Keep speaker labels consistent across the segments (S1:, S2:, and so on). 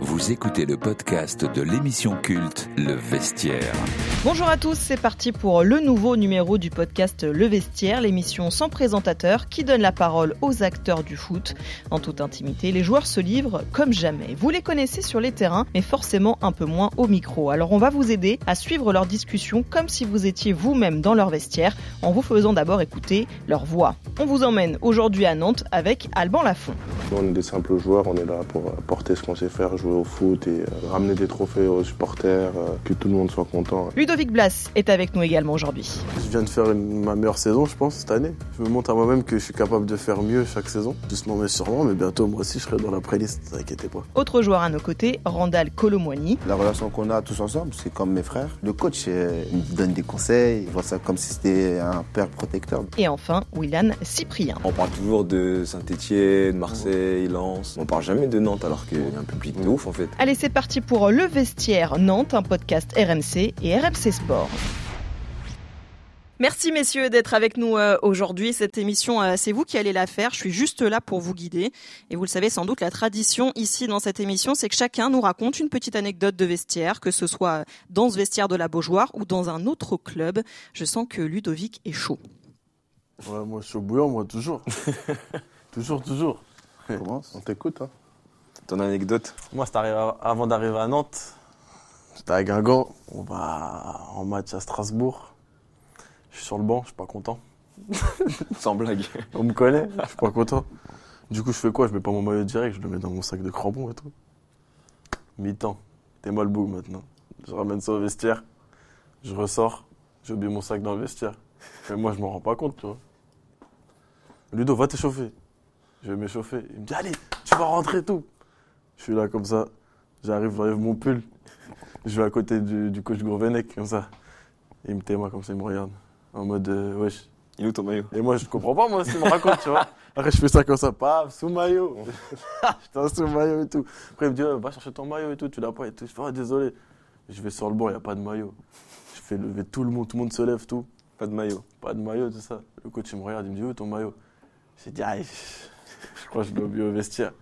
S1: Vous écoutez le podcast de l'émission culte Le Vestiaire.
S2: Bonjour à tous, c'est parti pour le nouveau numéro du podcast Le Vestiaire, l'émission sans présentateur qui donne la parole aux acteurs du foot. En toute intimité, les joueurs se livrent comme jamais. Vous les connaissez sur les terrains, mais forcément un peu moins au micro. Alors on va vous aider à suivre leur discussion comme si vous étiez vous-même dans leur vestiaire, en vous faisant d'abord écouter leur voix. On vous emmène aujourd'hui à Nantes avec Alban Lafont.
S3: On est des simples joueurs, on est là pour porter ce qu'on sait faire, jouer au foot et euh, ramener des trophées aux supporters, euh, que tout le monde soit content.
S2: Ludovic Blas est avec nous également aujourd'hui.
S4: Je viens de faire une- ma meilleure saison, je pense, cette année. Je me montre à moi-même que je suis capable de faire mieux chaque saison. Doucement mais sûrement, mais bientôt, moi aussi, je serai dans la playlist, ne inquiétez pas.
S2: Autre joueur à nos côtés, Randall Colomwani.
S5: La relation qu'on a tous ensemble, c'est comme mes frères. Le coach euh, il me donne des conseils, il voit ça comme si c'était un père protecteur.
S2: Et enfin, Willan Cyprien.
S6: On parle toujours de Saint-Etienne, Marseille, Lens. On parle jamais de Nantes alors qu'il y a un public de ouf en fait.
S2: Allez, c'est parti pour Le Vestiaire Nantes, un podcast RMC et RMC Sport. Merci messieurs d'être avec nous euh, aujourd'hui. Cette émission, euh, c'est vous qui allez la faire. Je suis juste là pour vous guider. Et vous le savez sans doute, la tradition ici dans cette émission, c'est que chacun nous raconte une petite anecdote de vestiaire, que ce soit dans ce vestiaire de la Beaujoire ou dans un autre club. Je sens que Ludovic est chaud.
S4: Ouais, moi, je suis au bouillon, moi, toujours. toujours, toujours.
S5: On commence.
S3: On t'écoute, hein
S6: Ton anecdote
S7: Moi, c'est arrivé à- avant d'arriver à Nantes.
S4: J'étais à Guingamp.
S7: On va en match à Strasbourg. Je suis sur le banc, je suis pas content.
S6: Sans blague.
S4: On me connaît, je suis pas content. Du coup, je fais quoi Je mets pas mon maillot direct, je le mets dans mon sac de crampons et tout. Mi-temps, t'es mal boug maintenant. Je ramène ça au vestiaire, je ressors, j'ai oublié mon sac dans le vestiaire. Mais moi, je m'en rends pas compte, tu vois. Ludo, va t'échauffer. Je vais m'échauffer. Il me dit, allez, tu vas rentrer et tout. Je suis là comme ça, j'arrive, j'enlève mon pull. Je vais à côté du, du coach Gourvenec, comme ça. Il me témoigne comme ça, il me regarde. En mode, euh, wesh,
S6: Il est où ton maillot
S4: et moi, je comprends pas, moi, ce qu'il me raconte, tu vois. Après, je fais ça comme ça, paf, sous maillot. J'étais sous maillot et tout. Après, il me dit, ouais, va chercher ton maillot et tout, tu l'as pas et tout. Je fais, ah, désolé. Je vais sur le banc, il n'y a pas de maillot. Je fais lever tout le monde, tout le monde se lève, tout.
S6: Pas de maillot.
S4: Pas de maillot, tout ça. Le coach, il me regarde, il me dit, où est ton maillot J'ai dit, aïe, je crois que je l'ai oublié au vestiaire.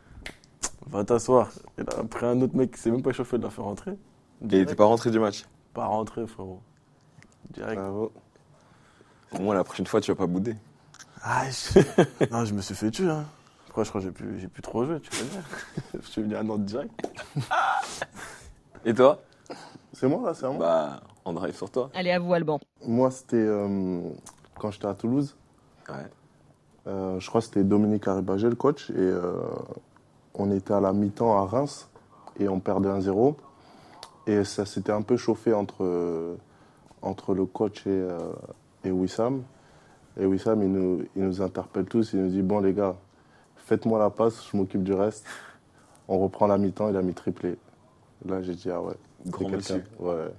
S4: Va t'asseoir. Et là, après, un autre mec qui s'est même pas chauffé de la faire rentrer.
S6: Il était pas rentré du match.
S4: Pas rentré, frérot. Direct.
S3: Bravo.
S6: Au moins la prochaine fois tu vas pas bouder.
S4: Ah, je... non, je me suis fait tuer. Hein. Après, je crois que j'ai plus, j'ai plus trop joué, tu connais. je suis venu à Nantes direct.
S6: Et toi
S3: C'est moi, là, c'est à moi
S6: Bah on drive sur toi.
S2: Allez, à vous Alban.
S3: Moi, c'était euh, quand j'étais à Toulouse.
S6: Ouais.
S3: Euh, je crois que c'était Dominique Arribagé, le coach. Et euh, on était à la mi-temps à Reims et on perdait 1-0. Et ça s'était un peu chauffé entre, euh, entre le coach et, euh, et Wissam. Et Wissam, il nous, il nous interpelle tous. Il nous dit Bon, les gars, faites-moi la passe, je m'occupe du reste. On reprend la mi-temps, il a mis triplé. Là, j'ai dit Ah ouais. c'est
S6: Grand
S3: quelqu'un.
S6: monsieur.
S3: Ouais,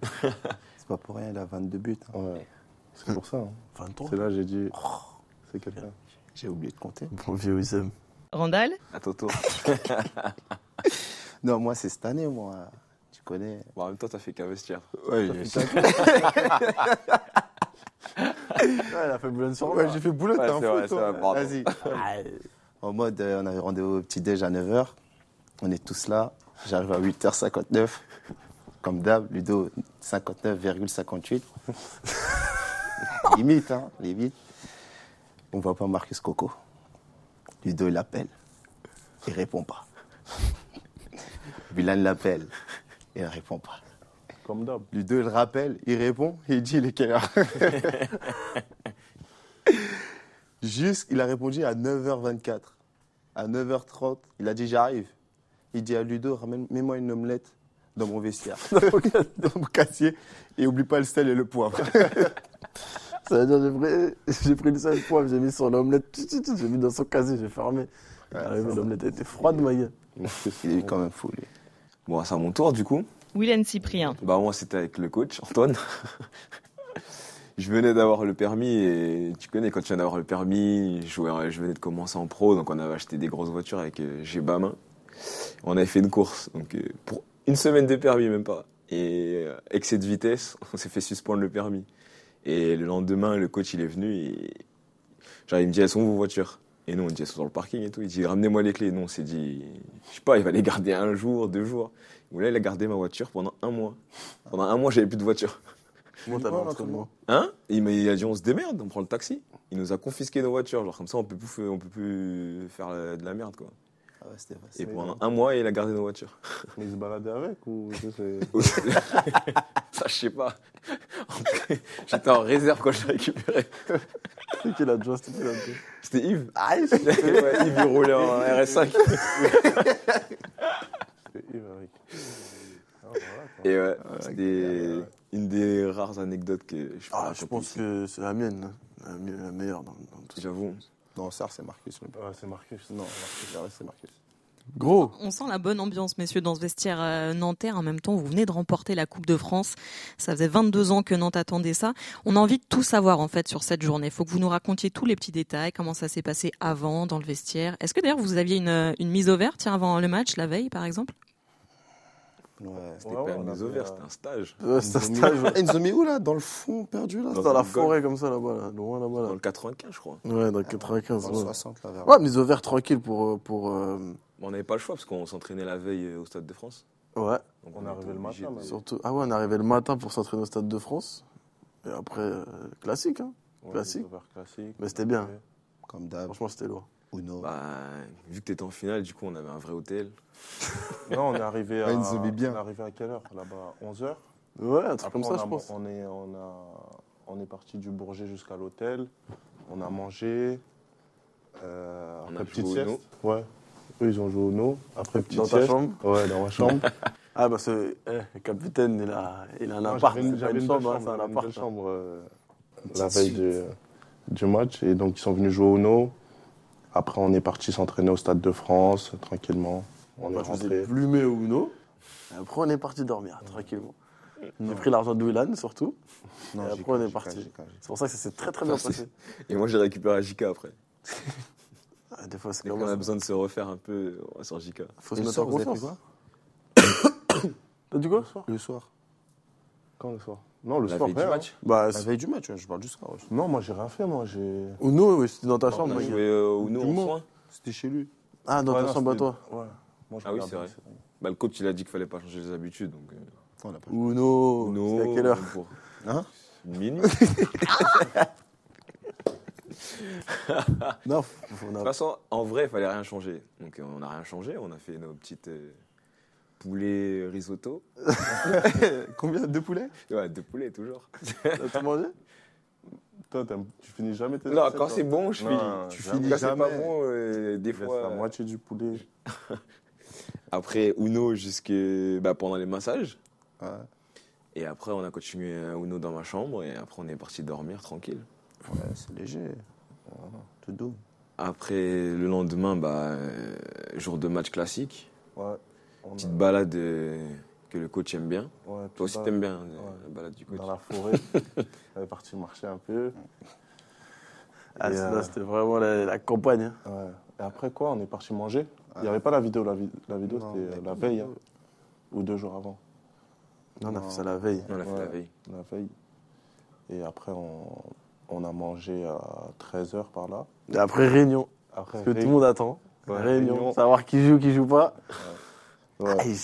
S5: C'est pas pour rien, il a 22 buts. hein.
S3: ouais. C'est pour ça. hein.
S4: 23.
S3: C'est là, j'ai dit C'est quelqu'un.
S5: J'ai oublié de compter.
S4: Bon vieux Wissem.
S2: Randall
S6: À ton tour.
S5: Non, moi, c'est cette année, moi. Tu connais.
S6: Bon, en même temps t'as fait qu'un vestiaire.
S5: Ouais,
S4: Ouais, il a fait Boulogne sur
S5: j'ai fait boulot,
S6: Ouais,
S5: t'es un
S6: c'est
S5: fou,
S6: vrai,
S5: toi.
S6: c'est vrai, pardon.
S5: Vas-y. En mode, euh, on avait rendez-vous au petit-déj à 9h. On est tous là. J'arrive à 8h59. Comme d'hab, Ludo, 59,58. limite, hein, limite. On voit pas Marcus Coco. Ludo, il appelle. Il répond pas. Bilan l'appelle. Il répond pas.
S3: Comme d'hab.
S5: Ludo, il rappelle, il répond, il dit il est quelle heure Juste, il a répondu à 9h24. À 9h30, il a dit j'arrive. Il dit à Ludo, ramène, mets-moi une omelette dans mon vestiaire, dans mon, ca- dans mon casier, et oublie pas le sel et le poivre.
S4: Ça veut dire, j'ai pris, j'ai pris le seul poivre, j'ai mis sur l'omelette, tut, tut, tut, j'ai mis dans son casier, j'ai fermé. Il est arrivé, l'omelette était froide, ma gueule.
S5: Il est quand même fou, lui.
S6: Bon c'est à mon tour du coup.
S2: Willan Cyprien.
S6: Bah moi c'était avec le coach Antoine. je venais d'avoir le permis et tu connais quand tu viens d'avoir le permis, je, jouais- je venais de commencer en pro donc on avait acheté des grosses voitures avec euh, G-Bamin. On avait fait une course donc euh, pour une semaine de permis même pas et euh, excès de vitesse, on s'est fait suspendre le permis. Et le lendemain le coach il est venu et genre il me dit elles sont où vos voitures Et nous, on disait sur le parking et tout. Il dit, ramenez-moi les clés. Et nous, on s'est dit, je sais pas, il va les garder un jour, deux jours. Ou là, il a gardé ma voiture pendant un mois. Pendant un mois, j'avais plus de voiture.
S4: Comment t'as
S5: Voilà,
S4: rentré le
S5: comment-
S4: mot
S6: Hein il, m'a- il a dit, on se démerde, on prend le taxi. Il nous a confisqué nos voitures. Genre, comme ça, on peut plus, f- on peut plus faire euh, de la merde, quoi.
S5: Ah ouais, c'était facile.
S6: Et pendant un mois, il a gardé nos voitures.
S3: Mais ils se baladaient avec ou ça, c'est-
S6: ça, je sais pas. J'étais en réserve quand je l'ai récupéré.
S4: C'est qui l'a déjà C'était qui l'a déjà
S6: C'était Yves. Ah, Yves Ouais, Yves, il roulait en RS5.
S3: c'est Yves avec. Ah, voilà, quoi.
S6: Et ouais, c'était une des rares anecdotes que je peux
S4: Ah, je
S6: raconter
S4: pense
S6: ici.
S4: que c'est la mienne, là. la, mi- la meilleure dans, dans tout ça.
S6: J'avoue.
S5: Non, Sar, c'est Marcus. mais-
S3: Ouais, c'est marqué.
S5: Non, Marcus, Sar, c'est Marcus.
S4: Gros
S2: On sent la bonne ambiance, messieurs, dans ce vestiaire euh, nantais. En même temps, vous venez de remporter la Coupe de France. Ça faisait 22 ans que Nantes attendait ça. On a envie de tout savoir, en fait, sur cette journée. Il faut que vous nous racontiez tous les petits détails, comment ça s'est passé avant, dans le vestiaire. Est-ce que d'ailleurs, vous aviez une, euh, une mise au vert, tiens, avant le match, la veille, par exemple
S5: Ouais.
S6: C'était
S3: Ouais,
S6: pas
S3: ouais,
S6: un
S3: on a
S6: mise
S3: fait,
S6: ouvert,
S3: euh,
S6: c'était un stage.
S4: Ouais, c'est un stage
S5: Ils nous ont mis où là Dans le fond perdu là
S6: Dans
S4: dans la
S6: une gole.
S4: forêt comme ça là-bas, là, loin là-bas.
S6: Dans
S4: Là.
S6: le 95, je crois.
S4: Ouais, dans le
S5: Dans
S4: 95.
S5: le
S4: Ouais,
S5: 60 là vers.
S4: ouais mise au vert tranquille pour. euh, pour euh,
S6: Mais on n'avait pas le choix parce qu'on s'entraînait la veille euh, au Stade de France.
S4: ouais,
S6: Donc
S3: On est arrivé
S6: était
S3: le
S6: obligé
S3: matin,
S6: de-
S3: même.
S4: surtout. Ah ouais, on arrivait le matin pour s'entraîner au Stade de France. Et après, euh, classique, hein.
S3: Ouais,
S4: Classique.
S3: les ovaires classiques.
S4: Mais c'était bien.
S5: Comme d'hab,
S4: Franchement, c'était lourd.
S5: Uno.
S6: Bah, vu que t'étais en finale, du coup, on avait un vrai hôtel.
S3: Non, on est arrivé à.
S5: Ah, ils se met bien.
S3: On est arrivé à quelle heure Là-bas, 11h.
S4: Ouais, un truc
S3: Après,
S4: comme
S3: on
S4: ça,
S3: a-
S4: je pense.
S3: On est, on a, on est parti du Bourget jusqu'à l'hôtel. On a mangé. Euh,
S6: On
S3: après,
S6: a joué
S3: petite
S6: au
S3: sieste. Ouais. Eux, ils ont joué au no. Après, petite
S4: Dans ta
S3: sieste.
S4: chambre
S3: Ouais, dans ma chambre.
S4: Ah, parce que eh, le capitaine, il a, il a un
S3: Non,
S4: appart.
S3: j'avais une-
S4: c'est pas
S3: j'avais
S4: une
S3: une
S4: chambre, hein,
S3: belle
S4: c'est un
S3: j'avais une
S4: appart.
S3: belle
S4: hein.
S3: chambre, euh, la veille du, du match. Et donc, ils sont venus jouer au no. Après, on est parti s'entraîner au Stade de France, tranquillement. On est
S4: Moi, je vous ai
S3: rentré.
S4: plumé au Uno. Après, on est parti dormir, tranquillement. J'ai pris l'argent de Willan, surtout.
S5: Non,
S4: Et
S5: j'ai
S4: après, on
S5: cru,
S4: est
S5: j'ai cru,
S4: parti.
S5: j'ai cru, j'ai cru.
S4: C'est pour ça que ça s'est très très bien
S6: Enfin,
S4: passé.
S6: c'est- Et moi, j'ai récupéré à JK après.
S4: Ah, Des fois, c'est
S6: Dès
S4: comme
S6: qu'on a
S4: ça.
S6: besoin de se refaire un peu euh, sur JK.
S4: Faut se
S5: Et le
S4: mettre en
S5: soir, vous avez pris
S4: confiance.
S5: quoi
S4: T'as dit quoi
S5: Le soir.
S3: Quand le soir Non, le
S6: La
S3: soir,
S6: veille du
S3: rien,
S6: match.
S3: hein.
S4: Bah,
S5: La veille du match, ouais, je parle du soir. ouais.
S3: Non, moi, j'ai rien fait, moi. J'ai.
S4: Uno, oui, c'était dans ta
S6: On
S4: chambre.
S6: a
S4: mec.
S6: joué euh, au Uno en
S4: Dis-moi.
S6: soin.
S5: C'était chez lui.
S4: Ah, dans
S3: Ouais,
S4: ta
S3: non,
S5: bah,
S4: chambre à
S3: c'était-
S4: toi.
S3: Ouais. Moi, je
S6: Ah oui,
S3: regardais,
S6: c'est vrai. Bah, le coach, il a dit qu'il fallait pas changer les habitudes. Donc, euh,
S5: On l'a pas joué.
S4: Uno,
S6: Uno,
S4: c'était à quelle heure
S6: même pour-
S5: Hein
S6: Une minute.
S4: Non, on
S6: De
S4: a-
S6: toute façon, en vrai, il fallait rien changer. Donc euh, on n'a rien changé, on a fait nos petites euh, poulets risotto.
S5: Combien Deux poulets
S6: Ouais, deux poulets toujours.
S4: t'as tout mangé
S3: Toi, t'aimes- tu finis jamais tes
S6: Non,
S3: assiettes,
S6: quand
S3: toi
S6: c'est bon, je
S3: Non,
S6: finis.
S3: Tu
S5: finis
S6: Quand c'est pas
S5: jamais.
S6: bon, euh, des
S3: Tu laisses la
S6: fois. euh,
S3: moitié du poulet.
S6: Après Uno jusque bah, pendant les massages.
S5: Ouais.
S6: Et après, on a continué à Uno dans ma chambre et après, on est parti dormir tranquille.
S5: Ouais, c'est léger. Voilà, Tout doux.
S6: Après, le lendemain, bah, euh, jour de match classique.
S3: Ouais. On
S6: Petite
S3: a-
S6: balade euh, que le coach aime bien.
S3: ouais, puis
S6: Toi aussi,
S3: dans-
S6: t'aimes bien euh,
S3: Ouais.
S6: la balade du coach.
S3: Dans la forêt. On est parti marcher un peu.
S4: Ah,
S3: Et,
S4: c'est-
S3: euh,
S4: là, c'était vraiment la, la campagne. hein.
S3: ouais. Et après quoi, on est parti manger. Il n'y avait pas la vidéo. La, vi- la vidéo,
S5: Non,
S3: c'était
S5: on
S3: euh,
S5: avait
S3: la
S5: pas la
S3: veille.
S5: vidéo.
S3: hein, ou deux jours avant.
S4: Non, on a
S5: Non.
S4: fait ça la veille.
S6: On l'a fait
S3: Ouais.
S6: la veille.
S3: La veille. Et après, on, on a mangé à 13h par là.
S5: hein.
S4: Et après, réunion.
S3: Après,
S4: Parce que tout le
S3: réunion.
S4: monde attend.
S3: Ouais,
S4: réunion.
S3: réunion.
S4: Savoir qui joue, qui joue pas. Ah,
S3: Ouais.
S4: Aïe.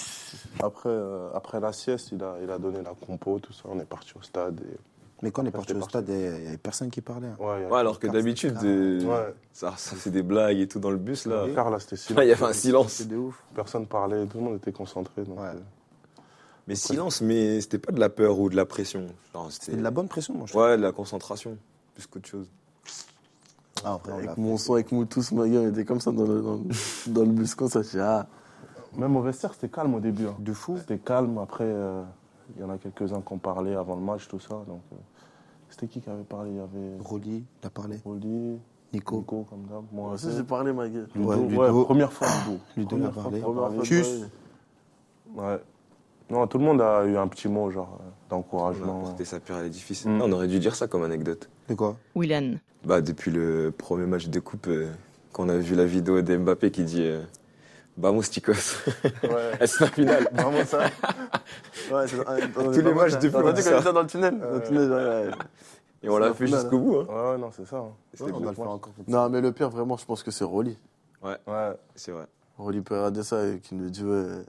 S3: Après, euh, après la sieste, il a, il a donné la compo, tout ça. On est parti au stade. Et...
S5: Mais quand on est
S3: Après,
S5: parti
S3: c'était
S5: au
S3: parti.
S5: stade, il n'y avait personne qui parlait. hein.
S3: Ouais, il y a-
S6: Ouais, alors que
S5: Car c'est
S6: d'habitude,
S5: car-
S6: euh,
S3: Ouais.
S6: ça, ça c'est des blagues et tout dans le bus là.
S3: Car là, c'était
S6: Ah, Il
S3: silence.
S6: y avait un silence.
S5: C'est de ouf.
S3: Personne parlait, tout le monde était concentré. donc,
S5: Ouais.
S3: euh,
S6: Mais silence, mais c'était pas de la peur ou de la pression. Genre, C'était
S5: C'était de la bonne pression, moi, je
S6: Ouais, de la concentration, plus qu'autre chose.
S5: trouve. Ah, en vrai, on l'a
S4: Avec
S5: fait.
S4: mon son, avec mon tous, ma gueule, on était comme ça dans le, dans le- dans le bus. Comme ça, je dis, ah.
S3: Même au vestiaire, c'était calme au début. hein.
S5: De fou.
S3: C'était calme. Après, euh, il y en a quelques-uns qui ont parlé avant le match, tout ça. Donc, euh, c'était qui qui avait parlé Il y avait
S5: Rolly, il a parlé.
S3: Roli,
S5: Nico.
S3: Coco, comme d'hab. Moi
S4: Moi
S3: aussi.
S4: aussi, j'ai parlé, ma gueule.
S3: Ludo,
S5: Ouais,
S3: ouais,
S5: Ludo.
S3: première fois Ludo.
S5: Ludo
S3: Première
S5: a
S3: fois
S5: parlé.
S3: qu'il a parlé.
S5: Tchuss.
S3: Ouais. Non, tout le monde a eu un petit mot, genre, euh,
S6: On a
S3: d'encouragement.
S6: porté sa peur à l'édifice.
S3: Mm.
S6: Non, On aurait dû dire ça comme anecdote.
S5: De quoi
S2: Willian,
S6: Bah, depuis le premier match de coupe, euh, quand on a vu la vidéo d'Mbappé qui dit euh, Vamos, chicos.
S3: Ouais.
S6: c'est la finale.
S4: Vraiment ça. ouais, c'est-
S6: Tous les matchs depuis,
S4: On
S6: on
S4: a
S6: dit
S4: dit
S6: ça.
S4: comme ça dans le tunnel. Dans le tunnel, ouais, ouais.
S6: Et on l'a fait
S3: finale,
S6: jusqu'au bout. hein.
S3: Ouais, ouais, non, c'est ça. hein.
S6: C'était
S5: on va le faire
S6: exactement-
S5: encore.
S4: Non, mais le pire, vraiment, je pense que c'est Rolly.
S3: Ouais,
S6: C'est vrai.
S4: Rolly peut regarder ça et qui nous dit
S5: Euh,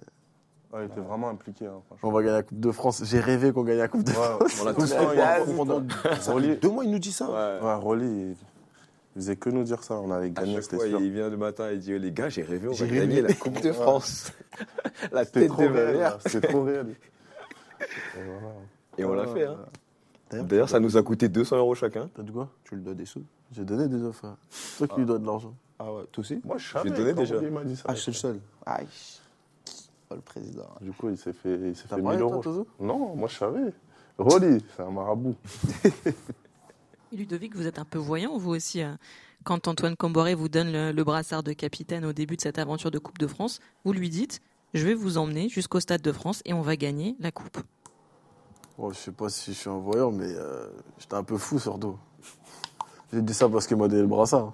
S4: ouais,
S3: ouais, il était vraiment impliqué, hein, franchement.
S4: on va gagner la Coupe de France. J'ai rêvé qu'on gagne la Coupe de France.
S3: Ouais,
S6: On l'a
S3: Tout
S6: tous
S3: ça,
S6: fait.
S3: il y a-
S5: Pendant
S3: Rolly-
S5: deux mois, il nous dit ça.
S6: Ouais.
S3: ouais, Rolly, il- il faisait que nous dire ça. On allait
S6: À
S3: gagner,
S6: chaque
S3: c'était
S6: fois,
S3: sûr.
S6: il vient le matin et dit Les gars, j'ai rêvé, on va
S5: J'ai
S6: gagner
S5: rêvé.
S6: la Coupe de France. la
S3: C'était
S6: tête
S3: trop
S6: de ma
S3: réel.
S6: mère.
S3: hein, C'était trop réel. Et voilà.
S6: Et on l'a fait. hein.
S5: D'ailleurs,
S6: D'ailleurs, ça nous a coûté 200 euros chacun.
S4: T'as dit quoi Tu le donnes des sous J'ai donné des offres. hein. C'est toi qui lui dois de l'argent.
S5: Ah ouais, toi aussi
S3: Moi, je savais.
S6: donné
S3: quand
S6: déjà.
S3: Rolly m'a dit ça.
S5: Ah, je suis le seul. Aïe. Oh, le président.
S3: Du coup, il s'est fait, il s'est
S4: T'as
S3: fait
S4: parlé,
S3: 1000
S4: toi,
S3: euros.
S4: Tozo
S3: Non, moi, je savais. Rolly, c'est un marabout.
S2: Et Ludovic, vous êtes un peu voyant, vous aussi. euh, Quand Antoine Camboré vous donne le, le brassard de capitaine au début de cette aventure de Coupe de France, vous lui dites Je vais vous emmener jusqu'au Stade de France et on va gagner la Coupe.
S4: Bon, Oh, je sais pas si je suis un voyant, mais euh, j'étais un peu fou surtout. J'ai dit ça parce qu'il m'a donné le brassard.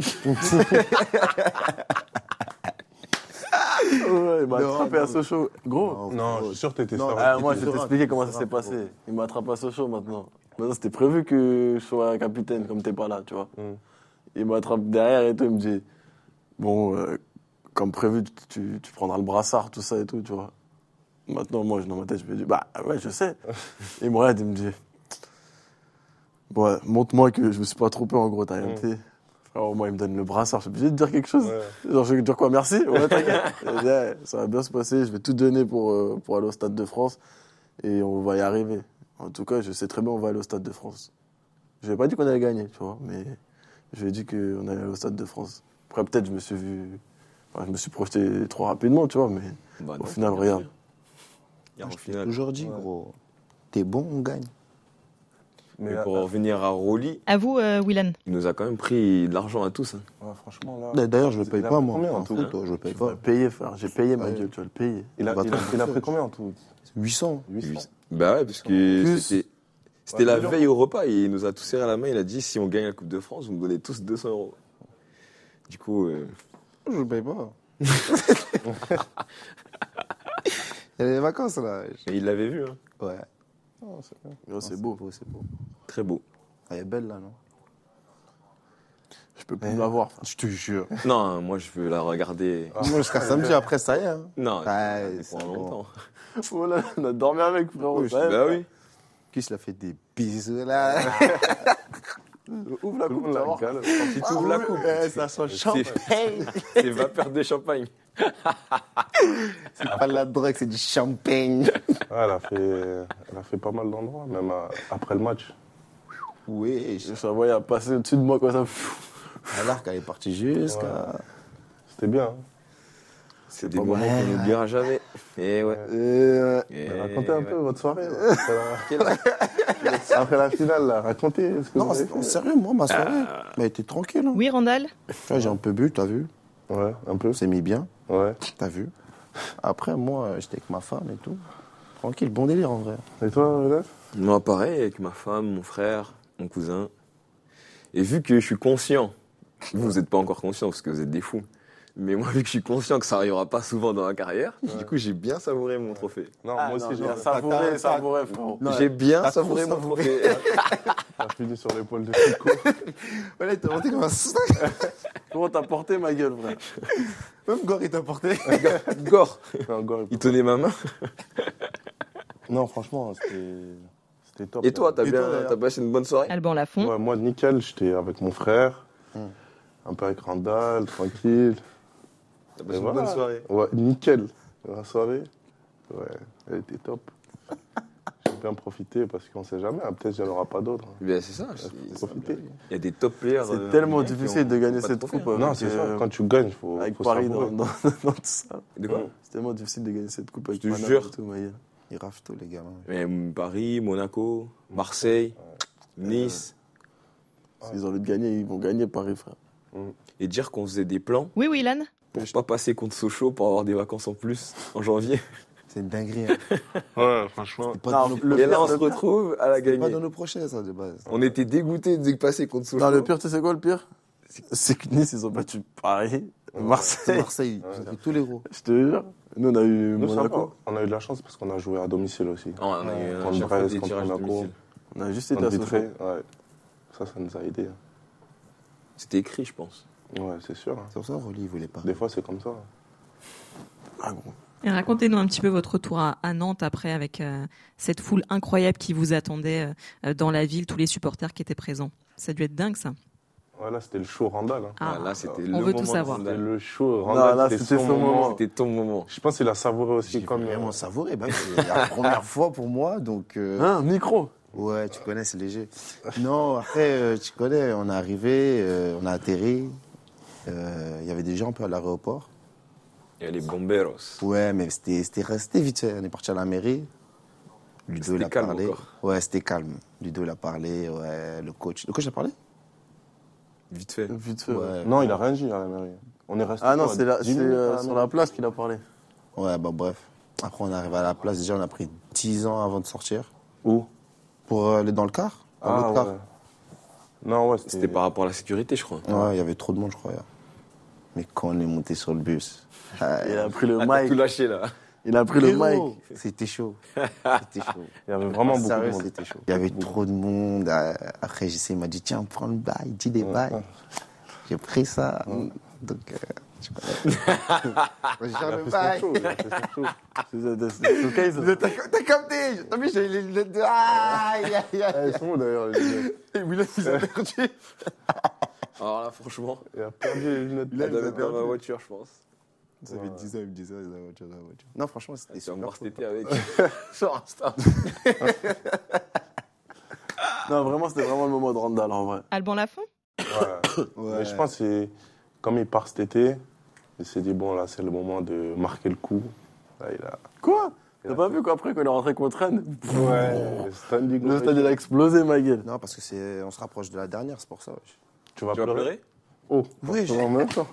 S4: ouais, il m'a
S5: Non,
S4: attrapé
S5: non.
S4: à Sochaux. Gros,
S3: Non, je suis sûr que t'étais
S5: Non,
S3: star.
S4: Ah, moi, je vais
S5: Gros.
S4: t'expliquer comment ça s'est
S5: Gros.
S4: passé. Il m'attrape à Sochaux maintenant. Maintenant, c'était prévu que je sois capitaine, comme t'es pas là, tu vois.
S3: Mm.
S4: Il m'attrape derrière et tout, il me dit Bon, euh, comme prévu, tu, tu- tu prendras le brassard, tout ça et tout, tu vois. Maintenant, moi, je- dans ma tête, je me dis Bah ouais, je sais. il me regarde, il me dit Bon, ouais, montre-moi que je me suis pas trompé, en gros, t'as rien
S3: Mm.
S4: dit. Frère, moi, il me donne le brassard, je suis obligé de dire quelque chose.
S3: Ouais.
S4: Genre, je vais dire quoi, merci Ouais, t'inquiète. Et je dis, Ouais, ça va bien se passer, je vais tout donner pour, euh, pour aller au Stade de France et on va y arriver. En tout cas, je sais très bien, on va aller au Stade de France. Je n'ai pas dit qu'on allait gagner, tu vois, mais je lui ai dit qu'on allait aller au Stade de France. Après, peut-être, je me suis vu. enfin, je me suis projeté trop rapidement, tu vois, mais
S6: Bah,
S4: au
S6: non,
S4: final,
S6: bien
S4: regarde.
S6: sûr. Et au
S5: Je t'ai
S6: final,
S5: toujours dit, gros. T'es bon, on gagne.
S3: Mais
S6: Mais
S3: là,
S6: pour en revenir à Rolly,
S8: À vous, euh, Willan.
S6: il nous a quand même pris de l'argent à tous. hein.
S3: ouais, franchement, là.
S5: D'ailleurs, je le
S3: Il
S5: paye
S3: a
S5: pas,
S3: pris
S5: moi.
S3: combien, en
S5: En
S3: tout
S5: tout, toi, je le paye
S4: Tu vas
S5: pas.
S4: le payer, frère. J'ai payé, ma
S5: Ouais.
S4: gueule, tu vas le payer.
S3: Il a,
S5: Bah,
S3: il a-
S5: t'as
S3: il a
S5: fait.
S3: pris combien en tout
S5: 800.
S3: 800.
S6: Bah ouais, parce que
S4: Plus.
S6: c'était. C'était
S3: Ouais,
S6: la
S3: mais non.
S6: veille au repas, il nous a tous serré la main, il a dit si on gagne la Coupe de France, vous me donnez tous 200 euros. Du coup, euh,
S5: Je le paye pas. Il y a les vacances, là.
S6: mais il l'avait vu, hein.
S5: Ouais.
S3: Non, c'est bien.
S4: Gros, c'est
S5: Non,
S4: beau.
S5: C'est beau.
S6: très beau.
S5: Elle est belle, là, non
S4: Je peux plus l'avoir. frère.
S5: Je te jure.
S6: Non, moi je veux la regarder.
S5: Moi, jusqu'à samedi, après, ça y est. hein.
S6: Non,
S5: Ah,
S6: c'est
S5: c'est
S6: pour
S5: bon.
S6: longtemps.
S4: Oh là, on a dormi avec, frère.
S5: Oui, je-
S4: Ouais,
S6: Bah oui.
S5: Qui se l'a fait des bisous, là
S4: Ouvre la
S3: Tout le
S4: coupe,
S3: monde
S4: tu vas
S3: la
S4: voir.
S3: regarde.
S6: Quand tu ouvres la coupe,
S5: Eh, ça sent champagne.
S6: Ah c'est vapeur de champagne.
S5: C'est pas de la drogue, c'est du champagne.
S3: Ah, elle, a fait, elle a fait pas mal d'endroits, même euh, après le match.
S5: Ouais,
S4: Je la voyais passer au-dessus de moi comme ça. Pfff.
S5: alors qu'elle est partie jusqu'à.
S3: C'était bien. hein.
S6: C'est des moments qu'on n'oubliera jamais. Et ouais.
S5: Euh,
S6: Et
S3: Mais racontez un
S6: ouais.
S3: peu votre soirée. là. Après la- Après la finale, là, racontez ce que
S5: Non,
S3: vous avez
S5: c'est- en
S3: fait.
S5: sérieux, moi, ma soirée, elle était tranquille. hein.
S8: Oui, Randall
S5: Tu vois, J'ai un peu bu, t'as vu
S3: Ouais, un peu.
S5: On s'est mis bien,
S3: Ouais.
S5: t'as vu Après, moi, j'étais avec ma femme et tout. Tranquille, bon délire en vrai.
S3: Et toi, Rodolphe
S6: Moi, pareil, avec ma femme, mon frère, mon cousin. Et vu que je suis conscient, vous, vous n'êtes pas encore conscient parce que vous êtes des fous, mais moi, vu que je suis conscient que ça n'arrivera pas souvent dans ma carrière, du coup, j'ai bien savouré mon trophée.
S3: Ah, Non,
S4: Ah,
S3: moi aussi, j'ai
S4: J'ai savouré, savouré, frérot.
S5: Non,
S6: j'ai
S4: Ah,
S6: bien
S5: t'as
S6: savouré
S5: trop
S6: mon trophée.
S3: j'ai appuyé sur l'épaule de Fico.
S5: Ouais, il t'a porté comme un sac.
S4: Comment t'as porté ma gueule, frère
S5: Même Gore, il t'a porté.
S6: Gore,
S3: Non, gore, il
S6: il tenait ma main.
S3: peut- non, franchement, c'était c'était top.
S6: Et toi, t'as
S5: Et
S6: bien,
S5: toi, d'ailleurs
S6: t'as passé une bonne soirée
S2: Ah.
S8: Alban Lafont.
S3: Ouais, moi, nickel, j'étais avec mon frère, un peu avec Randall, tranquille.
S6: T'as
S3: Et
S6: passé une
S3: voilà.
S6: bonne soirée.
S3: Ouais, nickel. La soirée, ouais, elle était top. J'ai bien profité parce qu'on sait jamais, hein, peut-être qu'il n'y en aura pas d'autres. hein.
S6: Eh Bien, c'est ça.
S4: Ah,
S3: Faut
S6: c'est-
S3: Profiter.
S6: Il y a des top players.
S4: C'est
S6: euh,
S4: tellement
S6: en Ligue 1 qui
S4: difficile
S6: ont-
S4: de
S6: qui ont
S4: gagner
S6: pas
S4: cette
S6: trophée,
S4: coupe.
S6: hein.
S4: hein,
S3: non,
S4: avec,
S3: c'est sûr,
S4: euh,
S3: quand tu gagnes, faut.
S4: Avec
S3: faut
S4: Paris dans,
S3: savourer.
S4: dans- dans tout ça.
S6: De quoi
S4: C'est tellement difficile de gagner cette coupe avec
S6: Je te
S4: Manama
S6: jure.
S4: et tout, ma gueule.
S5: Il rafle tout, les gamins.
S6: Mais, hum, Paris, Monaco, Marseille, Nice.
S4: S'ils ont envie de gagner, ils vont gagner Paris, frère.
S6: Et dire qu'on faisait des plans
S8: Oui, Willan
S6: pour pas passer contre Sochaux pour avoir des vacances en plus en janvier.
S5: C'est une dinguerie. hein.
S3: Ouais, franchement.
S5: C'est pas,
S4: Non,
S5: dans nos-
S4: le
S6: et
S4: pire,
S6: là, on se
S4: le pire-
S6: retrouve à la
S5: c'est pas
S6: gagnée.
S5: dans nos prochains, ça, de base.
S6: On était dégoûtés de passer contre Sochaux.
S4: Non, le pire, tu sais quoi, le pire C'est que Nice, ils ont battu Paris,
S5: C'est
S4: Marseille.
S5: Marseille, ils ont fait tous les gros.
S4: Je te jure. Nous, on a eu
S3: Nous, ça va.
S4: Monaco.
S3: on a eu de la chance parce qu'on a joué à domicile aussi.
S6: Non, on a eu un
S3: Contre
S6: chaque fois
S3: Brest,
S6: des
S3: contre
S6: tirages
S3: Monaco.
S6: domicile.
S4: On a juste
S3: On
S4: été à
S3: vitrait,
S4: Sochaux.
S3: ouais. Ça, ça nous a aidés.
S6: C'était écrit, je pense.
S3: Ouais, c'est sûr. hein.
S5: C'est pour ça Rolly, il voulait pas.
S3: Des fois, c'est comme ça. hein.
S4: Ah, gros.
S2: Et Racontez-nous un petit peu votre retour à, à Nantes après avec euh, cette foule incroyable qui vous attendait euh, dans la ville, tous les supporters qui étaient présents. Ça a dû être dingue ça.
S3: Ouais, là, c'était le show Randall. hein.
S2: Ah,
S6: Ah, là, c'était
S3: on
S6: le
S2: veut tout
S6: moment de
S2: savoir.
S6: Randall.
S3: C'était le show
S4: Non, là,
S3: Randall.
S4: c'était son moment.
S6: C'était ton moment.
S3: Je pense qu'il a savouré aussi
S5: J'ai
S3: comme. euh,
S5: vraiment savouré. bah, c'est la première fois pour moi, donc. euh,
S4: Hein, micro
S5: Ouais, tu connais, c'est léger. Non, après, euh, tu connais, on est arrivé, euh, on a atterri. Euh, Il y avait des gens un peu à l'aéroport.
S6: Il y a les bomberos.
S5: Ouais, mais c'était c'était resté vite fait. On est parti à la mairie. Ludo, il
S6: C'était
S5: a
S6: calme
S5: parlé.
S6: encore.
S5: Ouais, c'était calme. Ludo, il a parlé. Ouais, le coach. Le coach a parlé
S6: Vite fait.
S4: Vite fait. ouais.
S5: ouais.
S3: Non, il a rien dit à la mairie. On est resté.
S4: Ah non,
S3: quoi,
S4: c'est là-
S3: 10
S4: c'est
S3: minutes hein, à
S4: euh,
S3: la
S4: sur
S3: mairie.
S4: la place qu'il a parlé.
S5: Ouais, bah bref. Après, on est arrivé à la place. Déjà, on a pris 10 ans avant de sortir.
S3: Où
S5: Pour euh, aller dans le car Dans
S3: Ah,
S5: l'autre
S3: ouais. Non, ouais, c'était.
S6: C'était par rapport à la sécurité, je crois.
S5: car Ouais, il y avait trop de monde, je crois. hier. Mais quand on est monté sur le bus. ah,
S4: Il a pris le
S6: Ah, t'as tout
S4: mic.
S6: lâché, là.
S4: Il a pris le
S5: Frérot,
S4: mic.
S5: C'était chaud. C'était chaud.
S3: Il y avait vraiment beaucoup
S5: Ah, Sérieux,
S3: de monde.
S5: c'était chaud. Il y avait trop de monde. Euh, Après, j'essaie, il m'a dit tiens, prends le bail, dis des bails. J'ai pris ça. Donc, euh, tu connais. J'ai le bail.
S3: hein,
S5: T'as t'as capté T'as vu, j'ai les lunettes de. Aïe, aïe, aïe.
S3: Elles sont où d'ailleurs les lunettes
S5: Et oui, là, ils ont perdu.
S6: Alors là, franchement,
S3: Il a perdu les lunettes.
S5: Là, ils
S6: elle doit
S5: ont
S6: être dans ma
S5: perdu.
S6: voiture, je pense.
S5: Ça fait 10 ans, ils me disaient, ils ont la voiture, ils ont la voiture. Non, franchement, c'était
S6: Et sur
S5: super.
S6: mort
S5: cool.
S6: cet été avec.
S5: Genre, Insta.
S4: Non, vraiment, c'était vraiment le moment de Randall, en vrai.
S8: Alban Lafont
S3: Ouais.
S5: Ouais.
S3: Mais je pense que c'est- comme il part cet été, il s'est dit bon là c'est le moment de marquer le coup. Là, il a...
S4: Quoi
S3: Il
S4: T'as
S3: a
S4: pas vu qu'après, quand il est rentré contre Rennes,
S3: Ouais. Le stand du
S4: le
S3: groupe.
S4: stade, il a explosé, ma gueule.
S5: Non, parce que c'est, on se rapproche de la dernière, c'est pour ça. wesh.
S3: Tu vas
S6: Tu vas
S3: pleurer
S6: pleurer
S3: Oh,
S5: Oui,
S3: en même temps.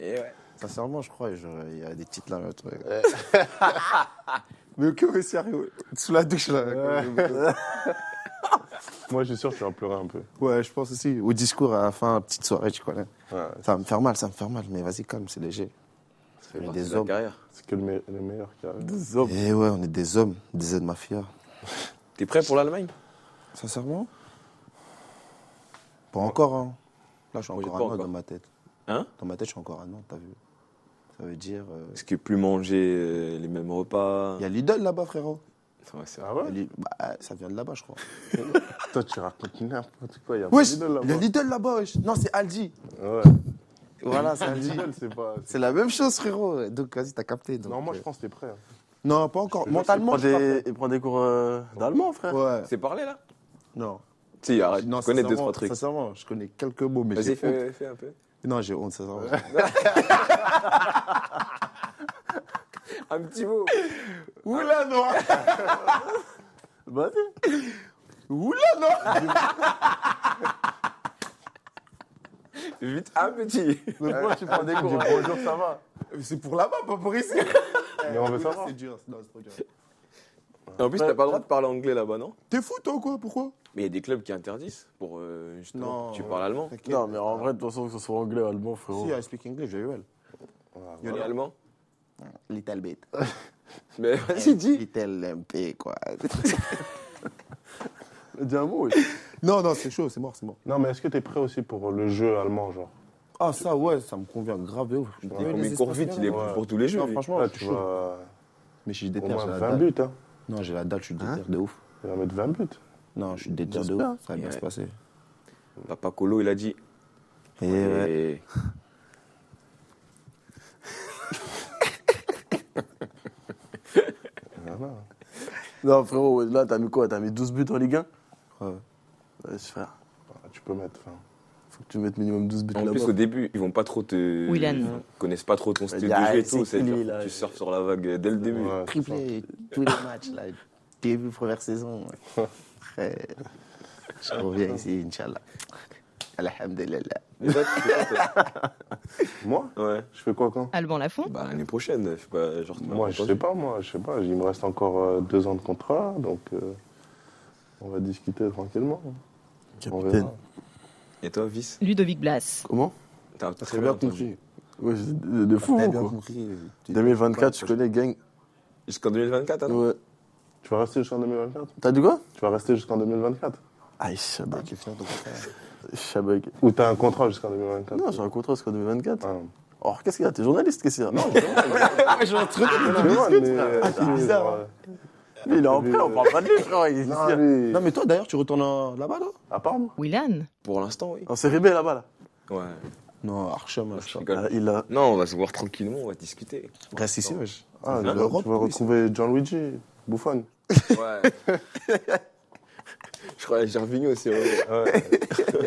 S6: Et ouais.
S5: Sincèrement, je crois, genre, il y a des petites larmes. là, toi. Mais que mais sérieux, sous la douche là.
S3: Moi je suis sûr que tu vas pleurer un peu.
S5: Ouais, je pense aussi. Au discours à la fin, petite soirée, tu connais.
S3: Ouais,
S5: Ça va me faire mal, ça va me faire mal, mais vas-y, calme, c'est léger.
S6: C'est
S5: des
S6: partie de la
S5: hommes.
S6: carrière.
S3: c'est que le, me- le meilleur qui arrive.
S4: Des hommes.
S5: Et ouais, on est des hommes, des aides mafia.
S6: T'es prêt pour l'Allemagne
S5: Sincèrement Pas encore, hein. Là, je suis
S6: Moi, j'ai
S5: encore à Nantes
S6: pas encore.
S5: dans ma tête.
S6: Hein
S5: Dans ma tête, je suis encore à Nantes, t'as vu Ça veut dire. euh,
S6: Parce que plus manger euh, les mêmes repas.
S5: Il y a Lidl là-bas, frérot.
S6: Ouais, c'est
S3: Ah
S6: vrai.
S5: Il y a
S3: ouais
S5: Lidl- Bah, ça vient de là-bas, je crois.
S3: Toi tu racontes n'importe quoi, il y a
S5: Wesh,
S3: pas d'idole
S5: il y a
S3: là-bas.
S5: Lidl là-bas, wesh. Non, c'est Aldi.
S3: Ouais.
S5: Voilà, c'est Aldi.
S3: L'idole, c'est pas.
S5: C'est la même chose, frérot. Donc, vas-y, t'as capté. donc,
S3: Non, moi je
S5: euh,
S3: pense que t'es prêt. hein.
S5: Non, pas encore.
S4: Il
S5: Mentalement,
S4: prend
S5: je suis pas
S4: des, il prend des cours euh, d'allemand, frère.
S5: prêt. Ouais.
S6: C'est parlé, là
S5: Non.
S6: Si, arrête.
S5: non,
S6: tu connais deux,
S5: sincèrement-
S6: trois trucs.
S5: Sincèrement, je connais quelques mots, mais j'ai
S6: Vas-y,
S5: honte.
S6: fais, fais un peu.
S5: Non, j'ai honte, sincèrement.
S6: Un petit mot.
S5: Oula, non
S4: Vas-y.
S5: Oula, non
S6: Vite, un petit.
S4: Donc, moi, tu prends des cours. hein.
S3: Bonjour, ça va
S5: C'est pour là-bas, pas pour ici.
S3: Mais on veut savoir.
S5: C'est dur, non, c'est trop dur.
S6: En plus, t'as pas le droit de parler anglais là-bas, non
S5: T'es fou, toi, ou quoi Pourquoi
S6: Mais il y a des clubs qui interdisent pour euh, justement
S5: Non.
S6: que tu parles allemand.
S5: T'inquiète.
S4: Non, mais en vrai, de toute façon, que ce soit anglais ou allemand, frérot.
S5: Si, I speak English, j'ai eu elle.
S6: Il y en a allemand.
S5: Little bit.
S6: Mais vas-y, dis.
S5: Little MP, quoi.
S4: Dis un mot, oui.
S5: non, non, c'est chaud, c'est mort, c'est mort.
S3: Non, mais est-ce que t'es prêt aussi pour le jeu allemand, genre
S5: Ah, ça, ouais, ça me convient grave de ouf. Je déteste
S6: Mais
S5: les
S6: il court
S5: espaces
S6: vite, il est
S5: verts,
S6: prêt pour tous les jeux.
S5: Non,
S6: lui.
S5: franchement,
S3: Là,
S5: je
S3: tu
S5: suis chaud.
S3: vas.
S5: Mais je
S3: Au
S5: déteste,
S3: moins
S5: j'ai la
S3: 20
S5: dalle.
S3: buts, hein.
S5: Non, j'ai la dalle, je suis déter de ouf.
S3: Tu vas mettre 20 buts.
S5: Non, je suis déter de ouf. Ça va bien
S6: Ouais.
S5: se passer.
S6: Papa Colo, il a dit.
S5: Et Eh ouais.
S6: Et-
S4: Non, frérot, ouais, là, t'as mis quoi T'as mis 12 buts en Ligue 1
S5: Ouais.
S4: Ouais, frère.
S3: Ah, Tu peux mettre. enfin,
S4: Faut que tu mettes minimum 12 buts
S6: En
S4: là-bas.
S6: plus, au début, ils vont pas trop te.
S8: Willian.
S6: Ils connaissent pas trop ton style de
S4: Ah,
S6: jeu et
S4: c'est
S6: tout.
S4: qui,
S6: c'est-à-dire
S4: lui, là
S6: que Tu surfes sur la vague dès le début.
S3: ouais, c'est ça.
S5: Triplé tous les matchs, là. Début, première saison. Après, je reviens ici, Inch'Allah. Alhamdulillah.
S6: Et toi, tu fais quoi, toi
S3: Moi
S6: Ouais.
S3: Je fais quoi quand
S8: Alban Lafont
S6: Bah, l'année prochaine, je sais Bah, pas. Genre, tu m'as
S3: Moi, je sais
S6: entendu.
S3: pas, moi, je sais pas. Il me reste encore euh, deux ans de contrat, donc euh, on va discuter tranquillement. On
S4: Capitaine.
S3: verra.
S6: Et toi, Vice
S8: Ludovic Blas.
S4: Comment
S6: T'as très entendu.
S4: Ouais, c'est de de fou,
S5: T'as
S4: vous,
S5: bien
S4: quoi.
S5: compris. Tu-
S4: 2024, tu connais, gang.
S6: Jusqu'en 2024, hein
S4: Ouais.
S3: Tu vas rester jusqu'en 2024
S4: T'as dit quoi
S3: Tu vas rester jusqu'en 2024
S4: Aïe, Shabak.
S5: Avec le final de contrat.
S4: Shabak.
S3: Ou t'as un contrat jusqu'en 2024
S4: Non, j'ai un contrat jusqu'en 2024.
S3: Ah.
S4: Or, Oh, qu'est-ce qu'il y a T'es journaliste, qu'est-ce qu'il y a Non,
S3: Non, mais-
S4: frère. Ah,
S3: lui,
S4: bizarre,
S3: genre,
S4: mais il est en prêt, on parle pas de lui, frère. Il est
S3: euh, Non,
S4: ici.
S3: lui.
S5: Non, mais toi, d'ailleurs, tu retournes en- là-bas, là
S3: À Parme
S8: Willan
S6: Pour l'instant, oui.
S4: En série B là-bas, là.
S6: Ouais,
S5: Non, Archam,
S6: je
S5: Archam.
S6: rigole.
S4: Ah, Il a.
S6: Non, on va se voir tranquillement, on va discuter.
S5: Reste ici, wesh.
S3: Ah,
S5: C'est
S3: tu vas
S5: l'Europe,
S3: tu vas
S5: oui,
S3: retrouver Gianluigi Buffon.
S6: Ouais. je crois à Gervinho aussi. ouais.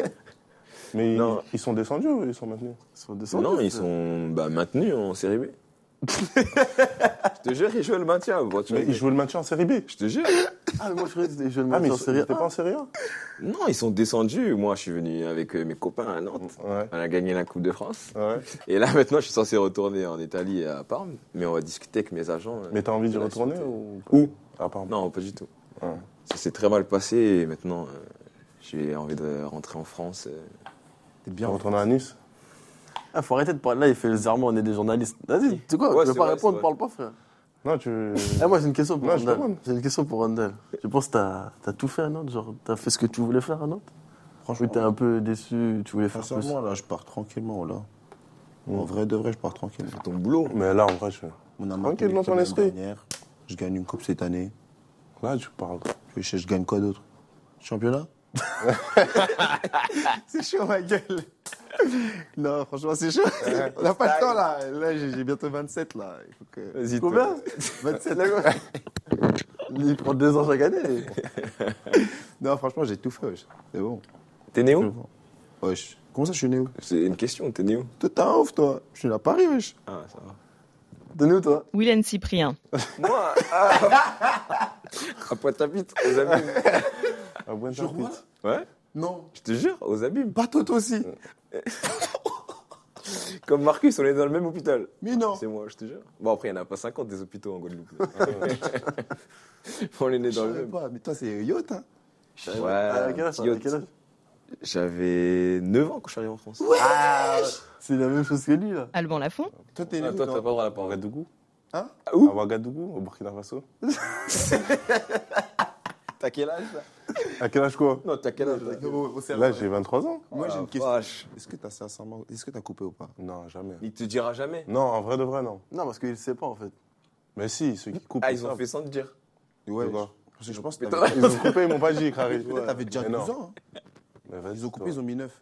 S3: Mais
S6: Non.
S3: ils, ils sont descendus ou ils sont maintenus
S4: Ils sont descendus.
S6: Non, ils sont bah, maintenus en série B. je te jure, ils jouent le maintien. bon, tu
S3: Mais ils
S6: rigoles.
S3: jouaient le maintien en série B.
S6: Je te jure.
S4: Ah, mais moi, je croyais que c'était des jeunes
S3: Ah, mais
S4: mecs
S3: ils
S4: en
S3: sont-
S4: série
S3: ils étaient
S4: A.
S3: pas en série A
S6: Non, ils sont descendus. Moi, je suis venu avec euh, mes copains à Nantes.
S3: Ouais.
S6: On a gagné la Coupe de France.
S3: ouais.
S6: Et là, maintenant, je suis censé retourner en Italie à Parme. Mais on va discuter avec mes agents. euh.
S3: Mais t'as envie d'y
S6: Ouais,
S3: retourner
S6: c'était-
S3: ou
S6: Où
S3: À Parme.
S6: Non, pas du tout.
S3: Ouais.
S6: Ça s'est très mal passé et maintenant, euh, j'ai envie de rentrer en France. euh.
S5: T'es
S3: Bien
S5: bien
S3: retourner à Nice
S4: Ah, faut arrêter de parler. Là, il fait le zarmon, on est des journalistes. Vas-y, tu sais quoi
S6: Ouais,
S4: Tu veux
S6: c'est
S4: pas
S6: vrai,
S4: répondre,
S6: c'est
S4: parle pas, frère.
S3: Non, tu.
S4: Eh, moi, j'ai une question pour
S3: Non, je
S4: Randall.
S3: demande.
S4: J'ai une question pour Randall. Je pense que t'as as tout fait à Nantes. Genre, t'as fait ce que tu voulais faire à Nantes. Ou
S5: Franchement,
S4: t'es un peu déçu, tu voulais faire plus.
S5: sincèrement, là, je pars tranquillement, là. En vrai de vrai, je pars tranquillement.
S6: Ton boulot
S3: Mais là, en vrai, je...
S5: On a
S3: Tranquille dans
S5: les
S3: ton
S5: clubs l'année
S3: esprit.
S5: dernière. Je gagne une coupe cette année.
S3: là, tu parles.
S5: Je, je- je gagne quoi d'autre Championnat C'est chaud, ma gueule. Non, franchement, c'est chaud. On n'a pas le temps, là. Là, j'ai j'ai bientôt 27, là. Il faut que...
S6: Vas-y,
S4: Combien
S5: 27, là,
S4: Il prend deux ans chaque année.
S5: Non, franchement, j'ai tout fait, wesh. C'est bon.
S6: T'es né où
S5: Wesh. Comment ça, je suis né où
S6: C'est une question, t'es né où
S5: Toi, T'es un ouf, toi. Je suis né à Paris, wesh.
S6: Ah, ça va.
S4: T'es nous, toi
S8: Willan Cyprien.
S6: Moi Ah. À Pointe-à-Pitre, aux abîmes.
S3: À Buenos Aires.
S5: Jure-moi.
S6: Ouais,
S5: Non.
S6: je te jure, aux abîmes.
S5: Pas toi, toi aussi.
S6: Comme Marcus, on est dans le même hôpital.
S5: Mais non.
S6: C'est moi, je te jure. Bon, après, il n'y en a pas 50 des hôpitaux en Guadeloupe. on est né
S5: Je
S6: dans le
S5: savais
S6: même.
S5: pas. Mais toi, c'est yacht, hein.
S6: Ouais,
S4: À quel âge, à
S6: yacht.
S4: quel âge
S6: J'avais 9 ans quand je suis arrivé en France.
S4: C'est la même chose que lui, là.
S8: Alban Lafont.
S5: Toi, t'es né
S6: Ah,
S5: où,
S6: toi, t'as pas le
S5: toi
S6: droit à la parole.
S3: Ouagadougou Ah,
S5: Hein
S3: À
S6: où
S3: Ouagadougou, au Burkina Faso.
S6: T'as quel âge là
S3: À quel âge quoi
S6: Non, t'as quel âge là
S5: Non, au- au cerveau.
S3: Là, j'ai 23 ans.
S5: Moi, j'ai
S6: Ah,
S5: une question.
S6: vache.
S5: Est-ce que t'as sincèrement... Est-ce que t'as coupé ou pas
S3: Non, jamais.
S6: Il te dira jamais.
S3: Non, en vrai de vrai, non.
S4: Non, parce qu'il ne sait pas, en fait.
S3: Mais si, ceux qui coupent.
S6: Ah, ils ont
S3: savent.
S6: fait sans te dire.
S5: Ouais,
S3: De quoi
S5: parce que je pense que
S6: Mais
S5: t'avais-
S3: Ils ont coupé, ils m'ont pas dit, Crary.
S5: peut-être t'avais déjà
S3: Mais
S5: 12
S3: non.
S5: ans. hein.
S3: Mais vas-y,
S5: Ils ont coupé,
S3: toi.
S5: ils ont mis 9.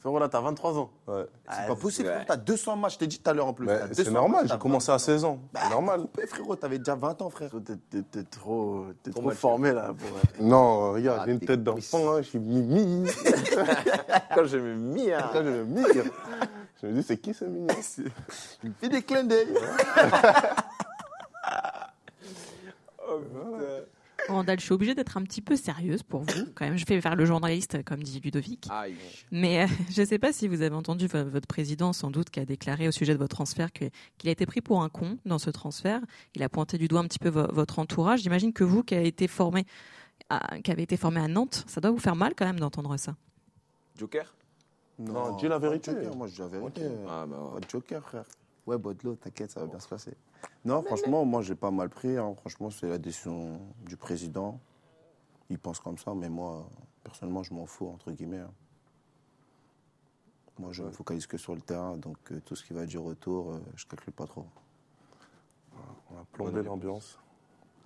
S4: Frérot, là, t'as 23 ans.
S3: Ouais.
S4: Ah,
S5: C'est pas possible,
S6: ouais.
S5: frérot, t'as 200 matchs, je t'ai dit tout à l'heure en plus.
S3: Mais
S5: T'as
S3: c'est
S5: 200
S3: normal,
S5: matchs,
S3: j'ai
S5: t'as
S3: commencé à 16 ans. C'est normal.
S5: vingt- Ouais, frérot, t'avais déjà 20 ans, frère.
S4: Toi, T'es t'es- t'es trop, t'es trop
S6: mature.
S4: formé, là. Pour,
S3: Non, euh, regarde,
S6: Ah,
S3: j'ai une
S6: t'es
S3: tête d'enfant, hein, je suis mimi.
S6: Quand je me mis à.
S3: Là, je vais me dire. Je me dis, c'est qui ce mimi
S5: Il fait des clins d'œil.
S2: Randall, je suis obligée d'être un petit peu sérieuse pour vous. Quand même, je vais faire le journaliste, comme dit Ludovic.
S6: Aïe.
S2: Mais euh, je ne sais pas si vous avez entendu vo- votre président, sans doute, qui a déclaré au sujet de votre transfert que- qu'il a été pris pour un con dans ce transfert. Il a pointé du doigt un petit peu vo- votre entourage. J'imagine que vous, qui avez été formé à, qui avez été formé à Nantes, ça doit vous faire mal quand même d'entendre ça.
S6: Joker
S3: Non, dis la
S5: pas de
S3: vérité.
S5: joker, Moi, je dis la vérité.
S6: Ah, bah
S5: Pas
S6: ouais.
S5: de Oh, joker, frère. Oh. Ouais, Baudelot, t'inquiète, ça va bien se passer. Non, franchement, moi, j'ai pas mal pris. hein. Franchement, c'est la décision du président. Il pense comme ça, mais moi, personnellement, je m'en fous, entre guillemets. hein. Moi, je me focalise que sur le terrain, donc euh, tout ce qui va du retour, euh, je calcule pas trop.
S3: On a plombé l'ambiance.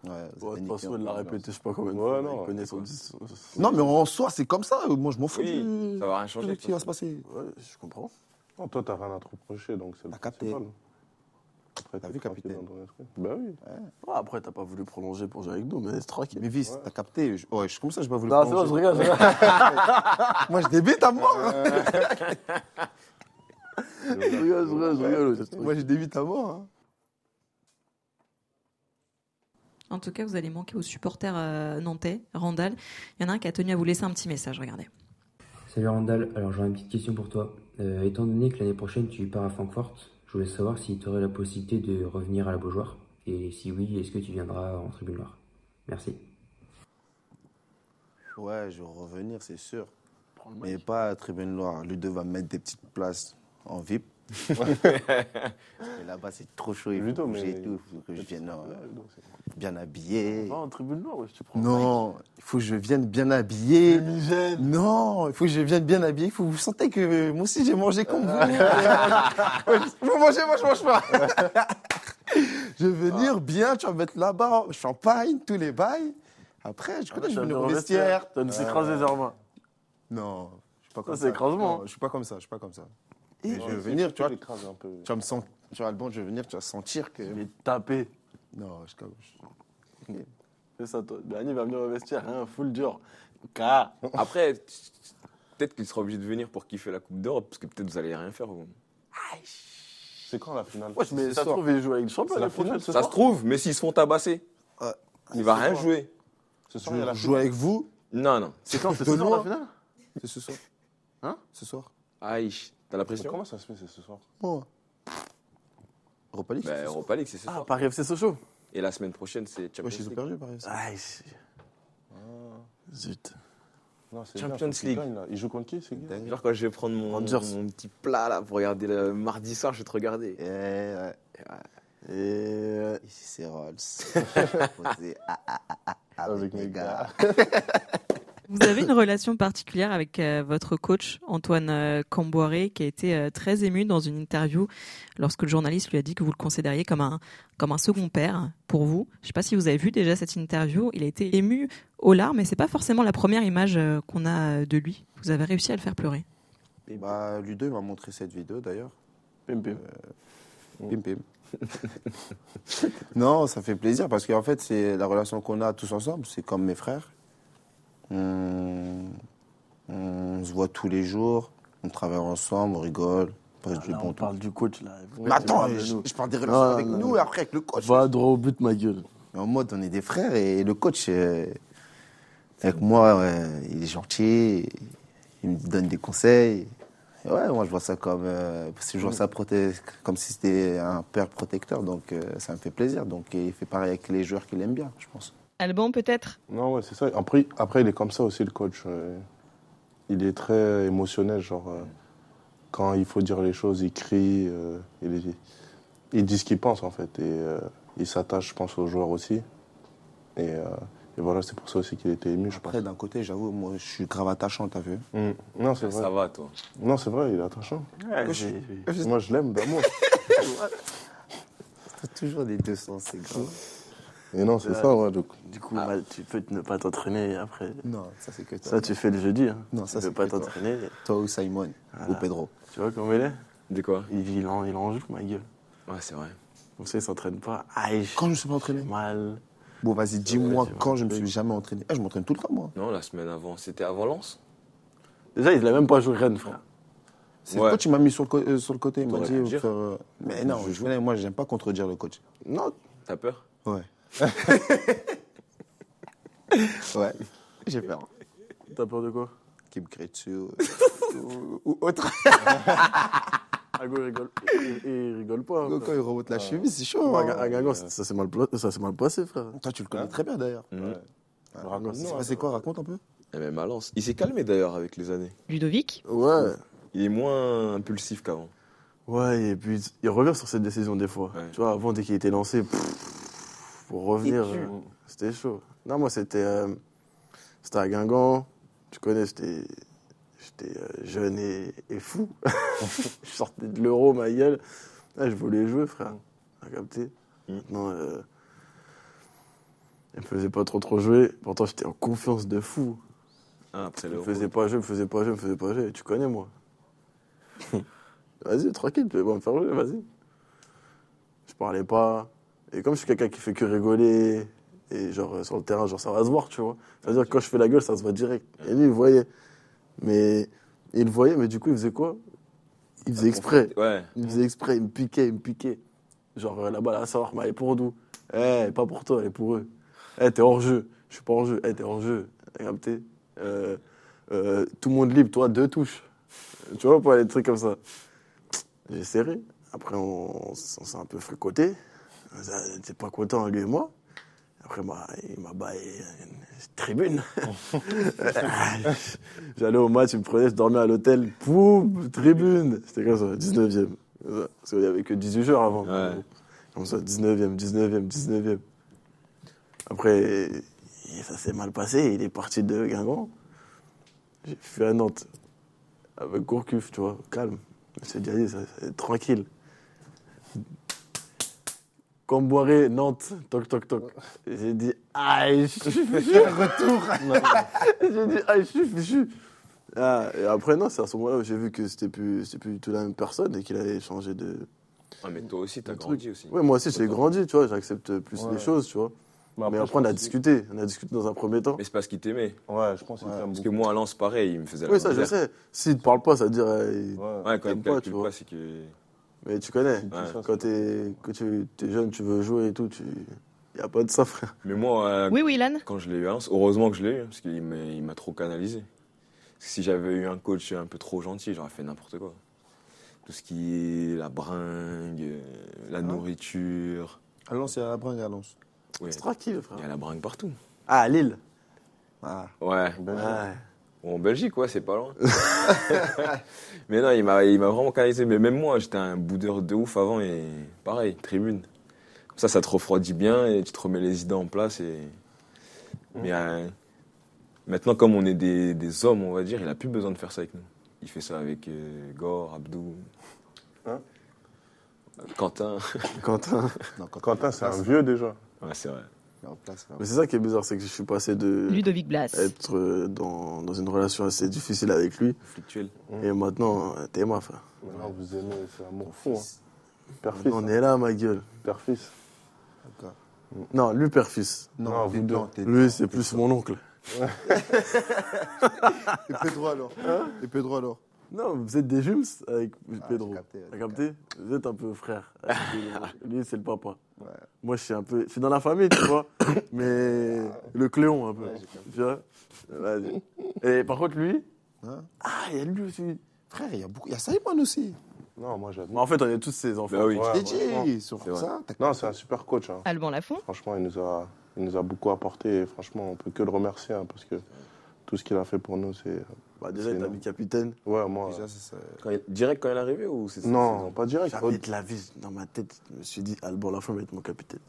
S5: Ouais, vous
S4: Ouais,
S5: êtes
S4: de toute
S5: niqués,
S4: façon,
S5: hein.
S4: il l'a répété, je sais pas combien de
S3: Ouais,
S4: fois.
S3: non,
S4: il connaît son...
S3: ouais.
S4: son-
S5: Non, mais en soi, c'est comme ça. Moi, je m'en fous.
S6: Oui,
S5: de-
S6: ça va rien
S5: de
S6: changer.
S5: ce qui va se passer.
S4: Ouais, je comprends.
S3: Non, toi, t'as rien à te reprocher, donc c'est le
S5: T'as capté.
S3: principal. Après,
S5: T'as
S3: t'es
S5: vu,
S3: tranquille
S5: capitaine
S3: dans ton esprit. Bah oui.
S4: Ouais, après, t'as pas voulu prolonger pour jouer avec nous, mais c'est tranquille.
S5: Mais vis, t'as capté. Je- Ouais, je- comme ça, je vais vous le
S4: Non, c'est bon,
S5: prolonger.
S4: je rigole, je rigole.
S5: Moi, je débite à mort. hein.
S4: Je rigole, je rigole, je rigole. c'est
S5: Moi,
S4: tranquille.
S5: je débite à mort. hein.
S2: En tout cas, vous allez manquer aux supporters euh, nantais, Randall. Il y en a un qui a tenu à vous laisser un petit message, regardez.
S9: Salut Randall, alors j'aurais une petite question pour toi. Euh, étant donné que l'année prochaine tu pars à Francfort, je voulais savoir si tu aurais la possibilité de revenir à la Beaujoire et si oui, est-ce que tu viendras en tribune noire Merci.
S5: Ouais, je vais revenir, c'est sûr. Mais pas à Tribune Noire. Ludo va mettre des petites places en VIP. Et Là-bas, c'est trop chaud. Il
S3: Ludo,
S5: faut que
S3: mais-
S5: j'étouffe, il faut que je vienne euh, bien habillé.
S4: Va en tribune noire, ouais, je te prends.
S5: Non, il faut que je vienne bien habillé. Non, il faut que je vienne bien habillé. Il faut que vous sentez que euh, moi aussi j'ai mangé comme vous. vous mangez, moi je mange pas. je vais venir
S3: Ah.
S5: bien, tu vas mettre là-bas, champagne, tous les bails. Après,
S4: Ah,
S5: je connais, je vais bah, venir au vestiaire.
S4: T'as nous écrasé les armes.
S5: Non, je suis pas comme
S4: c'est
S5: ça.
S4: écrasement.
S5: Non, Je suis pas comme ça, je suis pas comme ça.
S3: Et
S5: je vais venir, tu vois, tu
S3: Écrase un peu.
S5: vas me sentir, tu vas le bon, je vais venir, tu vas sentir que.
S4: Mais tapé.
S5: Non, je je-
S4: C'est ça, toi. Bernie va venir au vestiaire, hein, full dur.
S6: Car après, peut-être qu'il sera obligé de venir pour kiffer la Coupe d'Europe, parce que peut-être vous allez rien faire. vous.
S3: C'est quand la finale
S4: Wesh, mais
S5: ce
S4: ça se
S5: soir.
S4: trouve, il joue avec le champion
S3: C'est
S4: la
S3: la
S4: prochaine.
S3: finale,
S4: ce
S6: Ça se
S4: soir.
S6: trouve, mais s'ils se font tabasser,
S5: Ouais.
S6: il va rien jouer.
S3: Ce soir, il y a
S5: je
S3: la
S5: joue avec vous,
S6: Non, non.
S4: C'est quand C'est
S5: De
S4: ce soir
S5: loin.
S4: la finale
S5: c'est ce soir.
S4: Hein
S5: Ce soir.
S6: Aïe, t'as la
S3: Mais
S6: pression
S3: comment ça se fait, c'est ce soir
S5: Moi. Europa League, c'est
S6: Bah,
S5: ce soir.
S6: Europa League, c'est ce
S4: Ah,
S6: soir.
S4: Paris FC Sochaux.
S6: Et la semaine prochaine, c'est Champions
S5: Ouais, ils ont
S6: League.
S5: perdu, par exemple.
S4: Aïe. Zut.
S3: Non, c'est
S6: Champions
S3: bien, faut qu'il
S6: League.
S3: gagne, là. Il joue contre qui c'est qui
S6: Genre, quand je vais prendre mon,
S4: Rangers.
S6: mon petit plat là pour regarder le mardi soir, je vais te regarder.
S5: Eh, ouais.
S4: Et. euh,
S5: Ici, c'est Rolls.
S3: ah, Avec mes gars.
S2: Vous avez une relation particulière avec euh, votre coach Antoine euh, Camboiré qui a été euh, très ému dans une interview lorsque le journaliste lui a dit que vous le considériez comme un comme un second père pour vous. Je ne sais pas si vous avez vu déjà cette interview. Il a été ému aux larmes, mais c'est pas forcément la première image euh, qu'on a euh, de lui. Vous avez réussi à le faire pleurer.
S5: Bah, Ludo il m'a montré cette vidéo d'ailleurs.
S4: Pim, pim.
S5: Pim, pim. non, ça fait plaisir parce qu'en fait, c'est la relation qu'on a tous ensemble. C'est comme mes frères. On, on se voit tous les jours, on travaille ensemble, on rigole, on passe du
S4: Ah Là,
S5: bon
S4: on
S5: temps.
S4: parle du coach là.
S5: Mais attends,
S4: Tu parles de
S5: je,
S4: nous.
S5: je parle des relations
S4: Non,
S5: avec
S4: non, Bah,
S5: nous
S4: non.
S5: et après avec le coach.
S4: Va droit au but, ma gueule.
S5: En mode, on est des frères et le coach, euh, avec moi, ouais, il est gentil, il me donne des conseils. Et ouais, moi, je vois ça comme, euh, parce que je vois ça proté- comme si c'était un père protecteur, donc euh, ça me fait plaisir. Donc il fait pareil avec les joueurs qu'il aime bien, je pense.
S8: Alban, peut-être
S3: Non, ouais, c'est ça. Après, après, il est comme ça aussi, le coach. euh, Il est très émotionnel, genre, euh, quand il faut dire les choses, il crie, euh, il, est- il dit ce qu'il pense, en fait. Et euh, il s'attache, je pense, aux joueurs aussi. Et, euh, et voilà, c'est pour ça aussi qu'il était ému, je pense.
S5: Après, d'un côté, j'avoue, moi, je suis grave attachant, t'as vu
S3: Mm. Non, c'est
S6: Ça
S3: vrai.
S6: va, toi.
S3: Non, c'est vrai, il est attachant.
S4: Ouais, j'ai-
S3: Moi, je l'aime d'amour.
S5: T'as toujours des deux sens, c'est grave.
S3: Et non, c'est
S4: Ouais.
S3: ça, ouais. donc,
S4: Du coup, bah, tu peux ne pas t'entraîner et après.
S5: Non, ça, c'est que toi.
S4: Ça, tu fais le jeudi. Hein.
S5: Non, ça,
S4: tu
S5: c'est
S4: peux pas
S5: que toi.
S4: t'entraîner.
S5: Toi ou Simon, Ah. ou Pedro.
S4: Tu vois comment il est
S6: De quoi
S4: il, il, en, il en joue, ma gueule.
S6: Ouais, c'est vrai.
S4: Comme ça, il s'entraîne pas. Aïe,
S5: Quand je me suis pas entraîné
S4: j'ai mal.
S5: Bon, vas-y, dis-moi
S4: c'est vrai.
S5: quand je me suis jamais entraîné. Ah, je m'entraîne tout le temps, moi.
S6: Non, la semaine avant, c'était avant Lens
S4: Déjà, il a même pas joué Rennes, frère.
S5: C'est
S6: Ouais.
S5: le coach qui m'a mis sur le, co- euh, sur le côté. Il m'a
S6: T'aurais
S5: dit.
S6: pu le
S5: faut
S6: dire.
S5: faire, euh, Mais non,
S6: Je
S5: je
S6: joue.
S5: connais, moi, j'aime pas contredire le coach.
S6: Non. T'as peur
S5: Ouais. ouais, j'ai peur.
S4: T'as peur de quoi
S5: Qui me crée dessus euh, ou, ou autre.
S4: Ago rigole. Il, il rigole pas. hein,
S5: Quand
S4: frère.
S5: il remonte la cheville, c'est chaud.
S4: Ouais,
S5: hein.
S4: Aga- Agago, ça ça s'est mal, pla- ça s'est mal passé, frère.
S5: Toi, tu le connais très bien d'ailleurs.
S6: Mhm.
S5: Ah,
S4: Raconte-nous,
S5: c'est passé quoi Raconte un peu.
S6: Et même à Eh ben, bah, Lens. Il s'est calmé d'ailleurs avec les années.
S8: Ludovic
S4: Ouais.
S6: Il est moins impulsif qu'avant.
S4: Ouais, et puis il revient sur cette décision des fois.
S6: Ouais.
S4: Tu vois, avant, dès qu'il était lancé, pff, pour revenir, euh, c'était chaud. Non, moi, c'était euh, c'était à Guingamp. Tu connais, j'étais j'étais, euh, jeune et, et fou. je sortais de l'euro, ma gueule. Là, je voulais jouer, frère. T'as capté
S6: Mm.
S4: Maintenant, euh, il me faisait pas trop trop jouer. Pourtant, j'étais en confiance de fou.
S6: Ah, après
S4: Il
S6: le
S4: me faisait pas jouer, il me faisait pas jouer, il me faisait pas jouer. Tu connais, moi. vas-y, tranquille, tu vas pas me faire jouer, vas-y. Je parlais pas. Et comme je suis quelqu'un qui fait que rigoler, et genre euh, sur le terrain, genre ça va se voir, tu vois. C'est-à-dire que quand je fais la gueule, ça se voit direct. Et lui, il voyait. Mais il le voyait, mais du coup, il faisait quoi Il faisait exprès.
S6: Ouais.
S4: Il faisait exprès, il me piquait, il me piquait. Genre euh, la balle à savoir, mais elle est pour nous. Eh, elle est pas pour toi, elle est pour eux. Eh, t'es hors jeu. Je suis pas hors jeu. Eh, t'es hors jeu. T'as capté Euh, euh, Tout le monde libre, toi, deux touches. Tu vois, pas des trucs comme ça. J'ai serré. Après, on, on s'est un peu fricoté. On était pas content, lui et moi. Après, bah, il m'a baillé une tribune. J'allais au match, il me prenait, je dormais à l'hôtel. Poum, tribune. C'était comme ça, 19e. Ouais, Parce qu'il n'y avait que 18 joueurs avant.
S6: Ouais.
S4: Comme ça, 19e, 19e, 19e. Après, et ça s'est mal passé. Il est parti de Guingamp. J'ai fui à Nantes. Avec Gourcuff, tu vois, calme. C'est déjà dit, ça, c'est tranquille. Camboiré, Nantes, toc toc toc. J'ai dit, aïe, je suis fichu. J'ai dit, aïe, je suis fichu. Ah, et après, non, c'est à ce moment-là où j'ai vu que c'était plus, c'était plus du tout la même personne et qu'il avait changé de.
S6: Ah, mais toi aussi, t'as
S4: Le
S6: grandi aussi.
S4: Ouais, moi aussi, j'ai grandi, tu vois, j'accepte plus
S3: Ouais.
S4: les choses, tu vois. mais
S3: Bah, je
S4: après, on
S3: pense
S4: a
S3: que-
S4: discuté, on a discuté dans un premier temps.
S6: Mais c'est parce qu'il t'aimait.
S3: Ouais, je pense que c'est un
S6: Parce
S3: bouc-
S6: que moi, à Lens, pareil, il me faisait la
S4: Oui, ça, je
S6: misère.
S4: sais. S'il te parle pas, ça veut dire. euh, il-
S3: Ouais.
S6: Ouais, quand il
S4: T'aimes
S6: me
S4: pas,
S6: calcule
S4: tu vois.
S6: pas, c'est que.
S4: Mais tu connais.
S6: Ouais.
S4: Quand t'es quand tu es jeune, tu veux jouer et tout, tu. Y a pas de ça, frère.
S6: Mais moi, euh,
S8: Oui, oui, Ilan
S6: quand je l'ai eu à Lens, heureusement que je l'ai eu, parce qu'il m'a il m'a trop canalisé. Parce que si j'avais eu un coach un peu trop gentil, j'aurais fait n'importe quoi. Tout ce qui est la bringue, euh,
S4: Ah.
S6: la nourriture.
S5: Allons, c'est à la bringue, allons.
S6: Ouais,
S4: C'est tranquille,
S6: il y
S4: frère.
S6: a la bringue partout.
S4: Ah, à Lille.
S5: Ah,
S6: Ouais.
S4: Ouais.
S6: Ou en Belgique, ouais, c'est pas loin. mais non, il m'a il m'a vraiment canalisé. Mais même moi, j'étais un boudeur de ouf avant et pareil, tribune. Comme ça, ça te refroidit bien et tu te remets les idées en place. Et... Mais euh, maintenant, comme on est des, des hommes, on va dire, il a plus besoin de faire ça avec nous. Il fait ça avec euh, Gore, Abdou,
S3: Hein
S6: Quentin.
S4: Quentin.
S5: non, quand
S3: Quentin, c'est un vieux déjà.
S6: Ouais, c'est vrai.
S5: il est en place. là.
S4: Mais c'est ça qui est bizarre, c'est que je suis passé de
S8: Ludovic Blas.
S4: être euh, dans, dans une relation assez difficile avec lui,
S6: Fluctuel.
S4: et
S5: Mm.
S4: maintenant, euh, t'es ma frère.
S3: Maintenant, vous aimez, c'est un amour fou.
S5: fils.
S3: hein. Père-fils.
S4: On
S3: hein.
S4: est là, ma gueule.
S3: Père-fils.
S5: D'accord.
S4: Non, lui, père-fils.
S5: Non,
S3: Non,
S5: t'es
S3: vous deux.
S5: dedans, t'es
S4: Lui, c'est plus mon oncle.
S5: Et Pedro alors Et Pedro alors
S4: Non, vous êtes des jumels avec Pedro.
S5: j'ai
S4: T'as
S5: Ah, capté, j'ai
S4: capté Vous êtes un peu frère. Lui, c'est le papa.
S5: Ouais.
S4: Moi, je suis un peu. Je suis dans la famille, tu vois. Mais
S5: Ah.
S4: le cléon, un peu. tu vois Vas-y. Et par contre, lui.
S5: Hein
S4: ah, il y a lui aussi.
S5: Frère, il y a beaucoup. Il y a Simon aussi.
S3: Non, moi, j'adore.
S4: Bon, en fait, on est tous ses enfants.
S6: Bah oui.
S3: Ouais,
S5: J'ai
S3: franchement.
S5: dit, sur
S6: C'est vrai.
S5: ça, t'as-
S3: Non, c'est un super coach. hein.
S8: Alban Lafont.
S3: Franchement, il nous, a, il nous a beaucoup apporté. Et franchement, on peut que le remercier hein, parce que tout ce qu'il a fait pour nous, c'est.
S4: Bah, déjà, il t'a
S3: Sinon.
S4: mis capitaine.
S3: Ouais, moi.
S5: Déjà, c'est ça.
S6: Quand il- Direct quand il est arrivé ou c'est
S3: Non, pas direct.
S4: Jamais de la vie, dans ma tête, je me suis dit, Alban Lafont va être mon capitaine.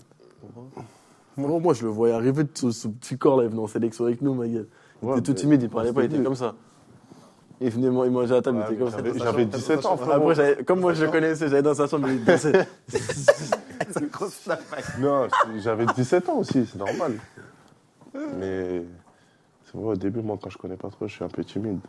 S4: Moi, moi, je le voyais arriver de ce, ce petit corps là, il venait en sélection avec nous, ma gueule. Il
S3: Ouais,
S4: était tout
S3: mais-
S4: timide, il parlait pas, il était
S3: c'est-
S4: comme ça. Il venait man- il mangeait à table,
S3: Ouais,
S4: il était comme
S3: mais
S4: ça.
S3: j'avais- J'avais 17 ans, frérot.
S4: Après, j'avais- comme moi je le connaissais, j'allais dans sa chambre, il dansait.
S3: Non, c'est- j'avais 17 ans aussi, c'est normal. Mais c'est vrai, au début, moi, quand je connais pas trop, je suis un peu timide.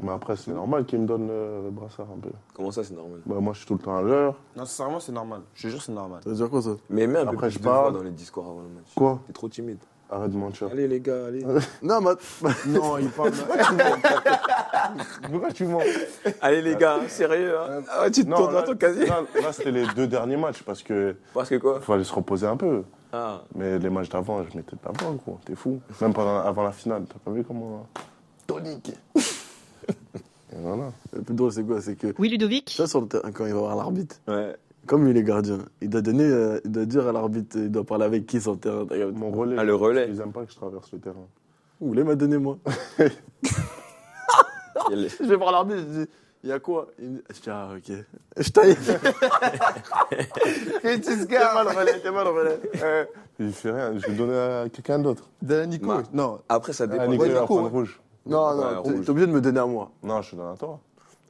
S3: Mais après, c'est normal qu'il me donne le, le brassard un peu.
S6: Comment ça, c'est normal
S3: Bah, moi, je suis tout le temps à l'heure.
S5: Non, sincèrement, c'est normal. Je te jure, c'est normal.
S4: Ça veut dire quoi ça
S6: Mais même un peu
S3: Après,
S6: plus
S3: je
S6: de
S3: parle.
S6: voix dans les discours avant le match.
S3: Quoi
S6: T'es trop timide.
S3: Arrête de mentir.
S6: Allez les gars, allez.
S4: Non, mais.
S5: Non, il parle.
S3: Pourquoi tu mens
S6: allez les gars, sérieux. Hein ah, tu te
S3: Non,
S6: tournes
S3: là,
S6: dans ton casier.
S3: là, là, c'était les deux derniers matchs parce que
S6: Parce que quoi
S3: fallait se reposer un peu.
S6: Ah,
S3: Mais les matchs d'avant, je mettais de la banque, gros. T'es fou. Même pendant, avant la finale, t'as pas vu comment. Tonique Et voilà.
S4: Le plus drôle, c'est quoi C'est que.
S8: Oui, Ludovic.
S4: Tu vois, sur le terrain, quand il va voir l'arbitre,
S6: Ah. ouais.
S4: comme il est gardien, il doit donner. euh, il doit dire à l'arbitre, il doit parler avec qui sur le terrain. t'as capté
S3: Mon relais.
S6: Ah, le relais.
S3: Ils aiment pas que je traverse le terrain.
S4: Vous voulez m'a donné moi
S6: Il y a
S4: Je vais voir l'arbitre, je dis, il y a quoi Il me dit, je dis, ah ok. Je taille.
S5: Et tu se gardes.
S4: T'es mal relais.
S3: Il fait rien, je vais donner à quelqu'un d'autre.
S5: Donne à Nico.
S6: Ma-
S5: Non,
S6: Après, ça dépend.
S3: Ah, Nicolas,
S5: ouais,
S3: il va
S5: Nico,
S3: prendre
S5: ouais.
S3: rouge.
S4: Non,
S6: Ouais,
S4: non, t'es-
S6: rouge.
S4: t'es obligé de me donner à moi.
S3: Non, je suis dans la toi.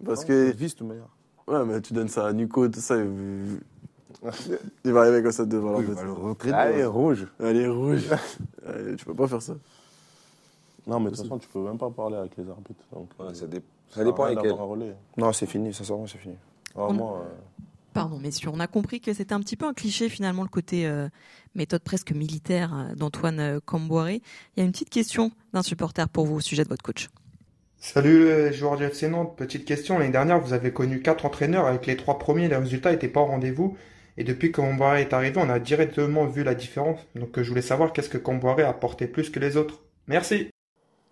S4: Parce
S5: c'est
S4: que,
S5: vice tout meilleur.
S4: ouais, mais tu donnes ça à Nico, tout ça. Il, il va arriver comme ça devant l'arbitre.
S3: Allez, rouge.
S4: Allez, rouge. Allez, tu peux pas faire ça.
S3: Non, mais de toute façon, tu peux même pas parler avec les arbitres. Donc,
S6: Ouais,
S3: euh,
S6: ça, dé- ça
S3: a
S6: dépend
S3: rien
S6: avec elle.
S3: d'avoir un relais.
S5: Non, c'est fini, sincèrement, c'est fini.
S3: Ah,
S2: On-
S3: moi, euh,
S2: Pardon, messieurs, on a compris que c'était un petit peu un cliché finalement le côté euh, méthode presque militaire euh, d'Antoine euh, Camboiré. Il y a une petite question d'un supporter pour vous au sujet de votre coach.
S10: Salut euh, les joueurs du FC Nantes, petite question, l'année dernière vous avez connu quatre entraîneurs, avec les trois premiers les résultats n'étaient pas au rendez-vous, et depuis que Comboiré est arrivé on a directement vu la différence, donc euh, je voulais savoir qu'est-ce que Comboiré a apporté plus que les autres. Merci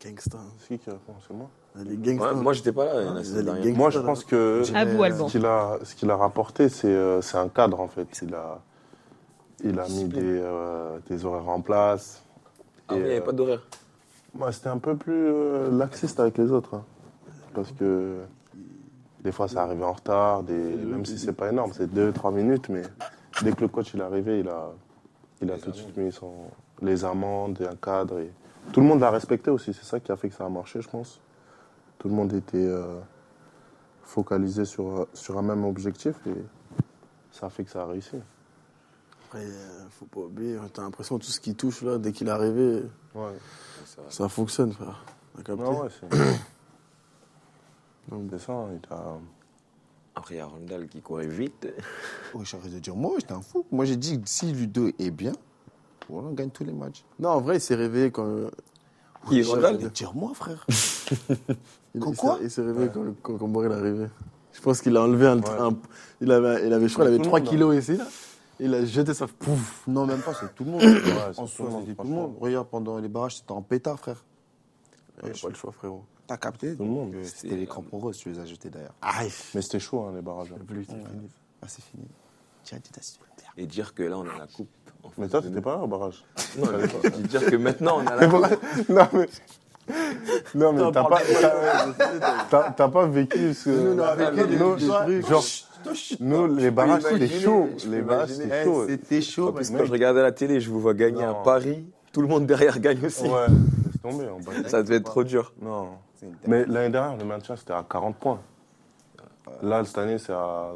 S4: Gangsta.
S3: c'est qui qui répond C'est moi
S4: Les gangsta.
S6: Ouais, moi, j'étais pas là.
S4: Ah,
S6: la
S4: vous
S6: semaine
S4: allez
S6: dernière.
S4: gagner.
S3: Moi, je pense que
S8: À vous, Alban.
S3: Euh, ce qu'il a, ce qu'il a rapporté, c'est euh, c'est un cadre, en fait. Il a, il a mis des, euh, des horaires en place.
S6: Ah oui, il n'y
S3: Et,
S6: avait
S3: euh,
S6: pas d'horaire.
S3: Bah, Moi, c'était un peu plus euh, laxiste avec les autres. hein. Parce que Des fois, ça arrivait en retard, des- même si c'est pas énorme, c'est 2-3 minutes, mais dès que le coach il est arrivé, il a, il a tout de suite mis son- les amendes et un cadre. Et... Tout le monde l'a respecté aussi, c'est ça qui a fait que ça a marché, je pense. Tout le monde était euh, focalisé sur, sur un même objectif et ça a fait que ça a réussi.
S4: Après, euh, faut pas oublier, t'as l'impression que tout ce qui touche là, dès qu'il est arrivé,
S3: Ouais.
S4: ça fonctionne, frère. T'as capté
S3: Ouais, ouais, c'est. Donc, c'est ça, hein, il a.
S6: Après, il y a Randall qui courait vite.
S5: Oh, je suis en train de dire, moi, j'étais un fou. Moi, j'ai dit, si Ludo est bien, voilà, on gagne tous les matchs.
S4: Non, en vrai, il s'est réveillé quand. euh,
S6: Il est
S4: je sais
S6: Randall
S4: pas,
S5: Dire moi, frère.
S4: il-
S5: Quand
S4: il s'est-
S5: quoi
S4: Il s'est réveillé quand, le- quand Camboré est arrivé. Je pense qu'il a enlevé un, un- il avait, il avait, je crois, il avait 3 kilos ici, là. Il a jeté ça, pouf.
S5: Non, même pas, c'est tout le monde.
S3: c'est
S5: en soi,
S3: tout le
S5: c'était tout
S3: monde,
S5: le monde. Regarde, pendant les barrages, c'était en pétard, frère.
S4: Il a pas le choix, frérot.
S5: T'as capté
S3: Tout le monde.
S5: C'était les
S6: euh,
S5: crampons roses, tu les as jetés d'ailleurs.
S4: Aïe.
S3: Mais c'était chaud, hein, les barrages.
S5: Ah, c'est fini. Tiens, t'es assis.
S6: Et dire que là, on a la coupe. en
S3: Mais
S6: face
S3: toi,
S6: de
S3: t'étais
S6: nous.
S3: pas là au barrage.
S6: Non, mais je dis dire que maintenant, on a la
S3: Mais
S6: coupe.
S3: voilà. non, mais. Non, mais t'as pas, t'as- t'as- t'as pas vécu ce.
S4: Nous, on a vécu des-
S3: Nous,
S4: des
S3: genre,
S4: trucs.
S3: genre,
S5: chut,
S3: nous, les barrages, c'était chaud. Les barrages, c'était
S4: eh,
S3: chaud.
S5: C'était chaud,
S6: En plus,
S5: mais-
S6: quand je regardais la télé, je vous vois gagner
S3: Non.
S6: à Paris. Tout le monde derrière gagne aussi.
S3: Ouais, laisse tomber. on bat-
S6: Ça devait être trop dur.
S3: Non. Mais l'année dernière, le maintien, c'était à 40 points. Là, cette année, c'est à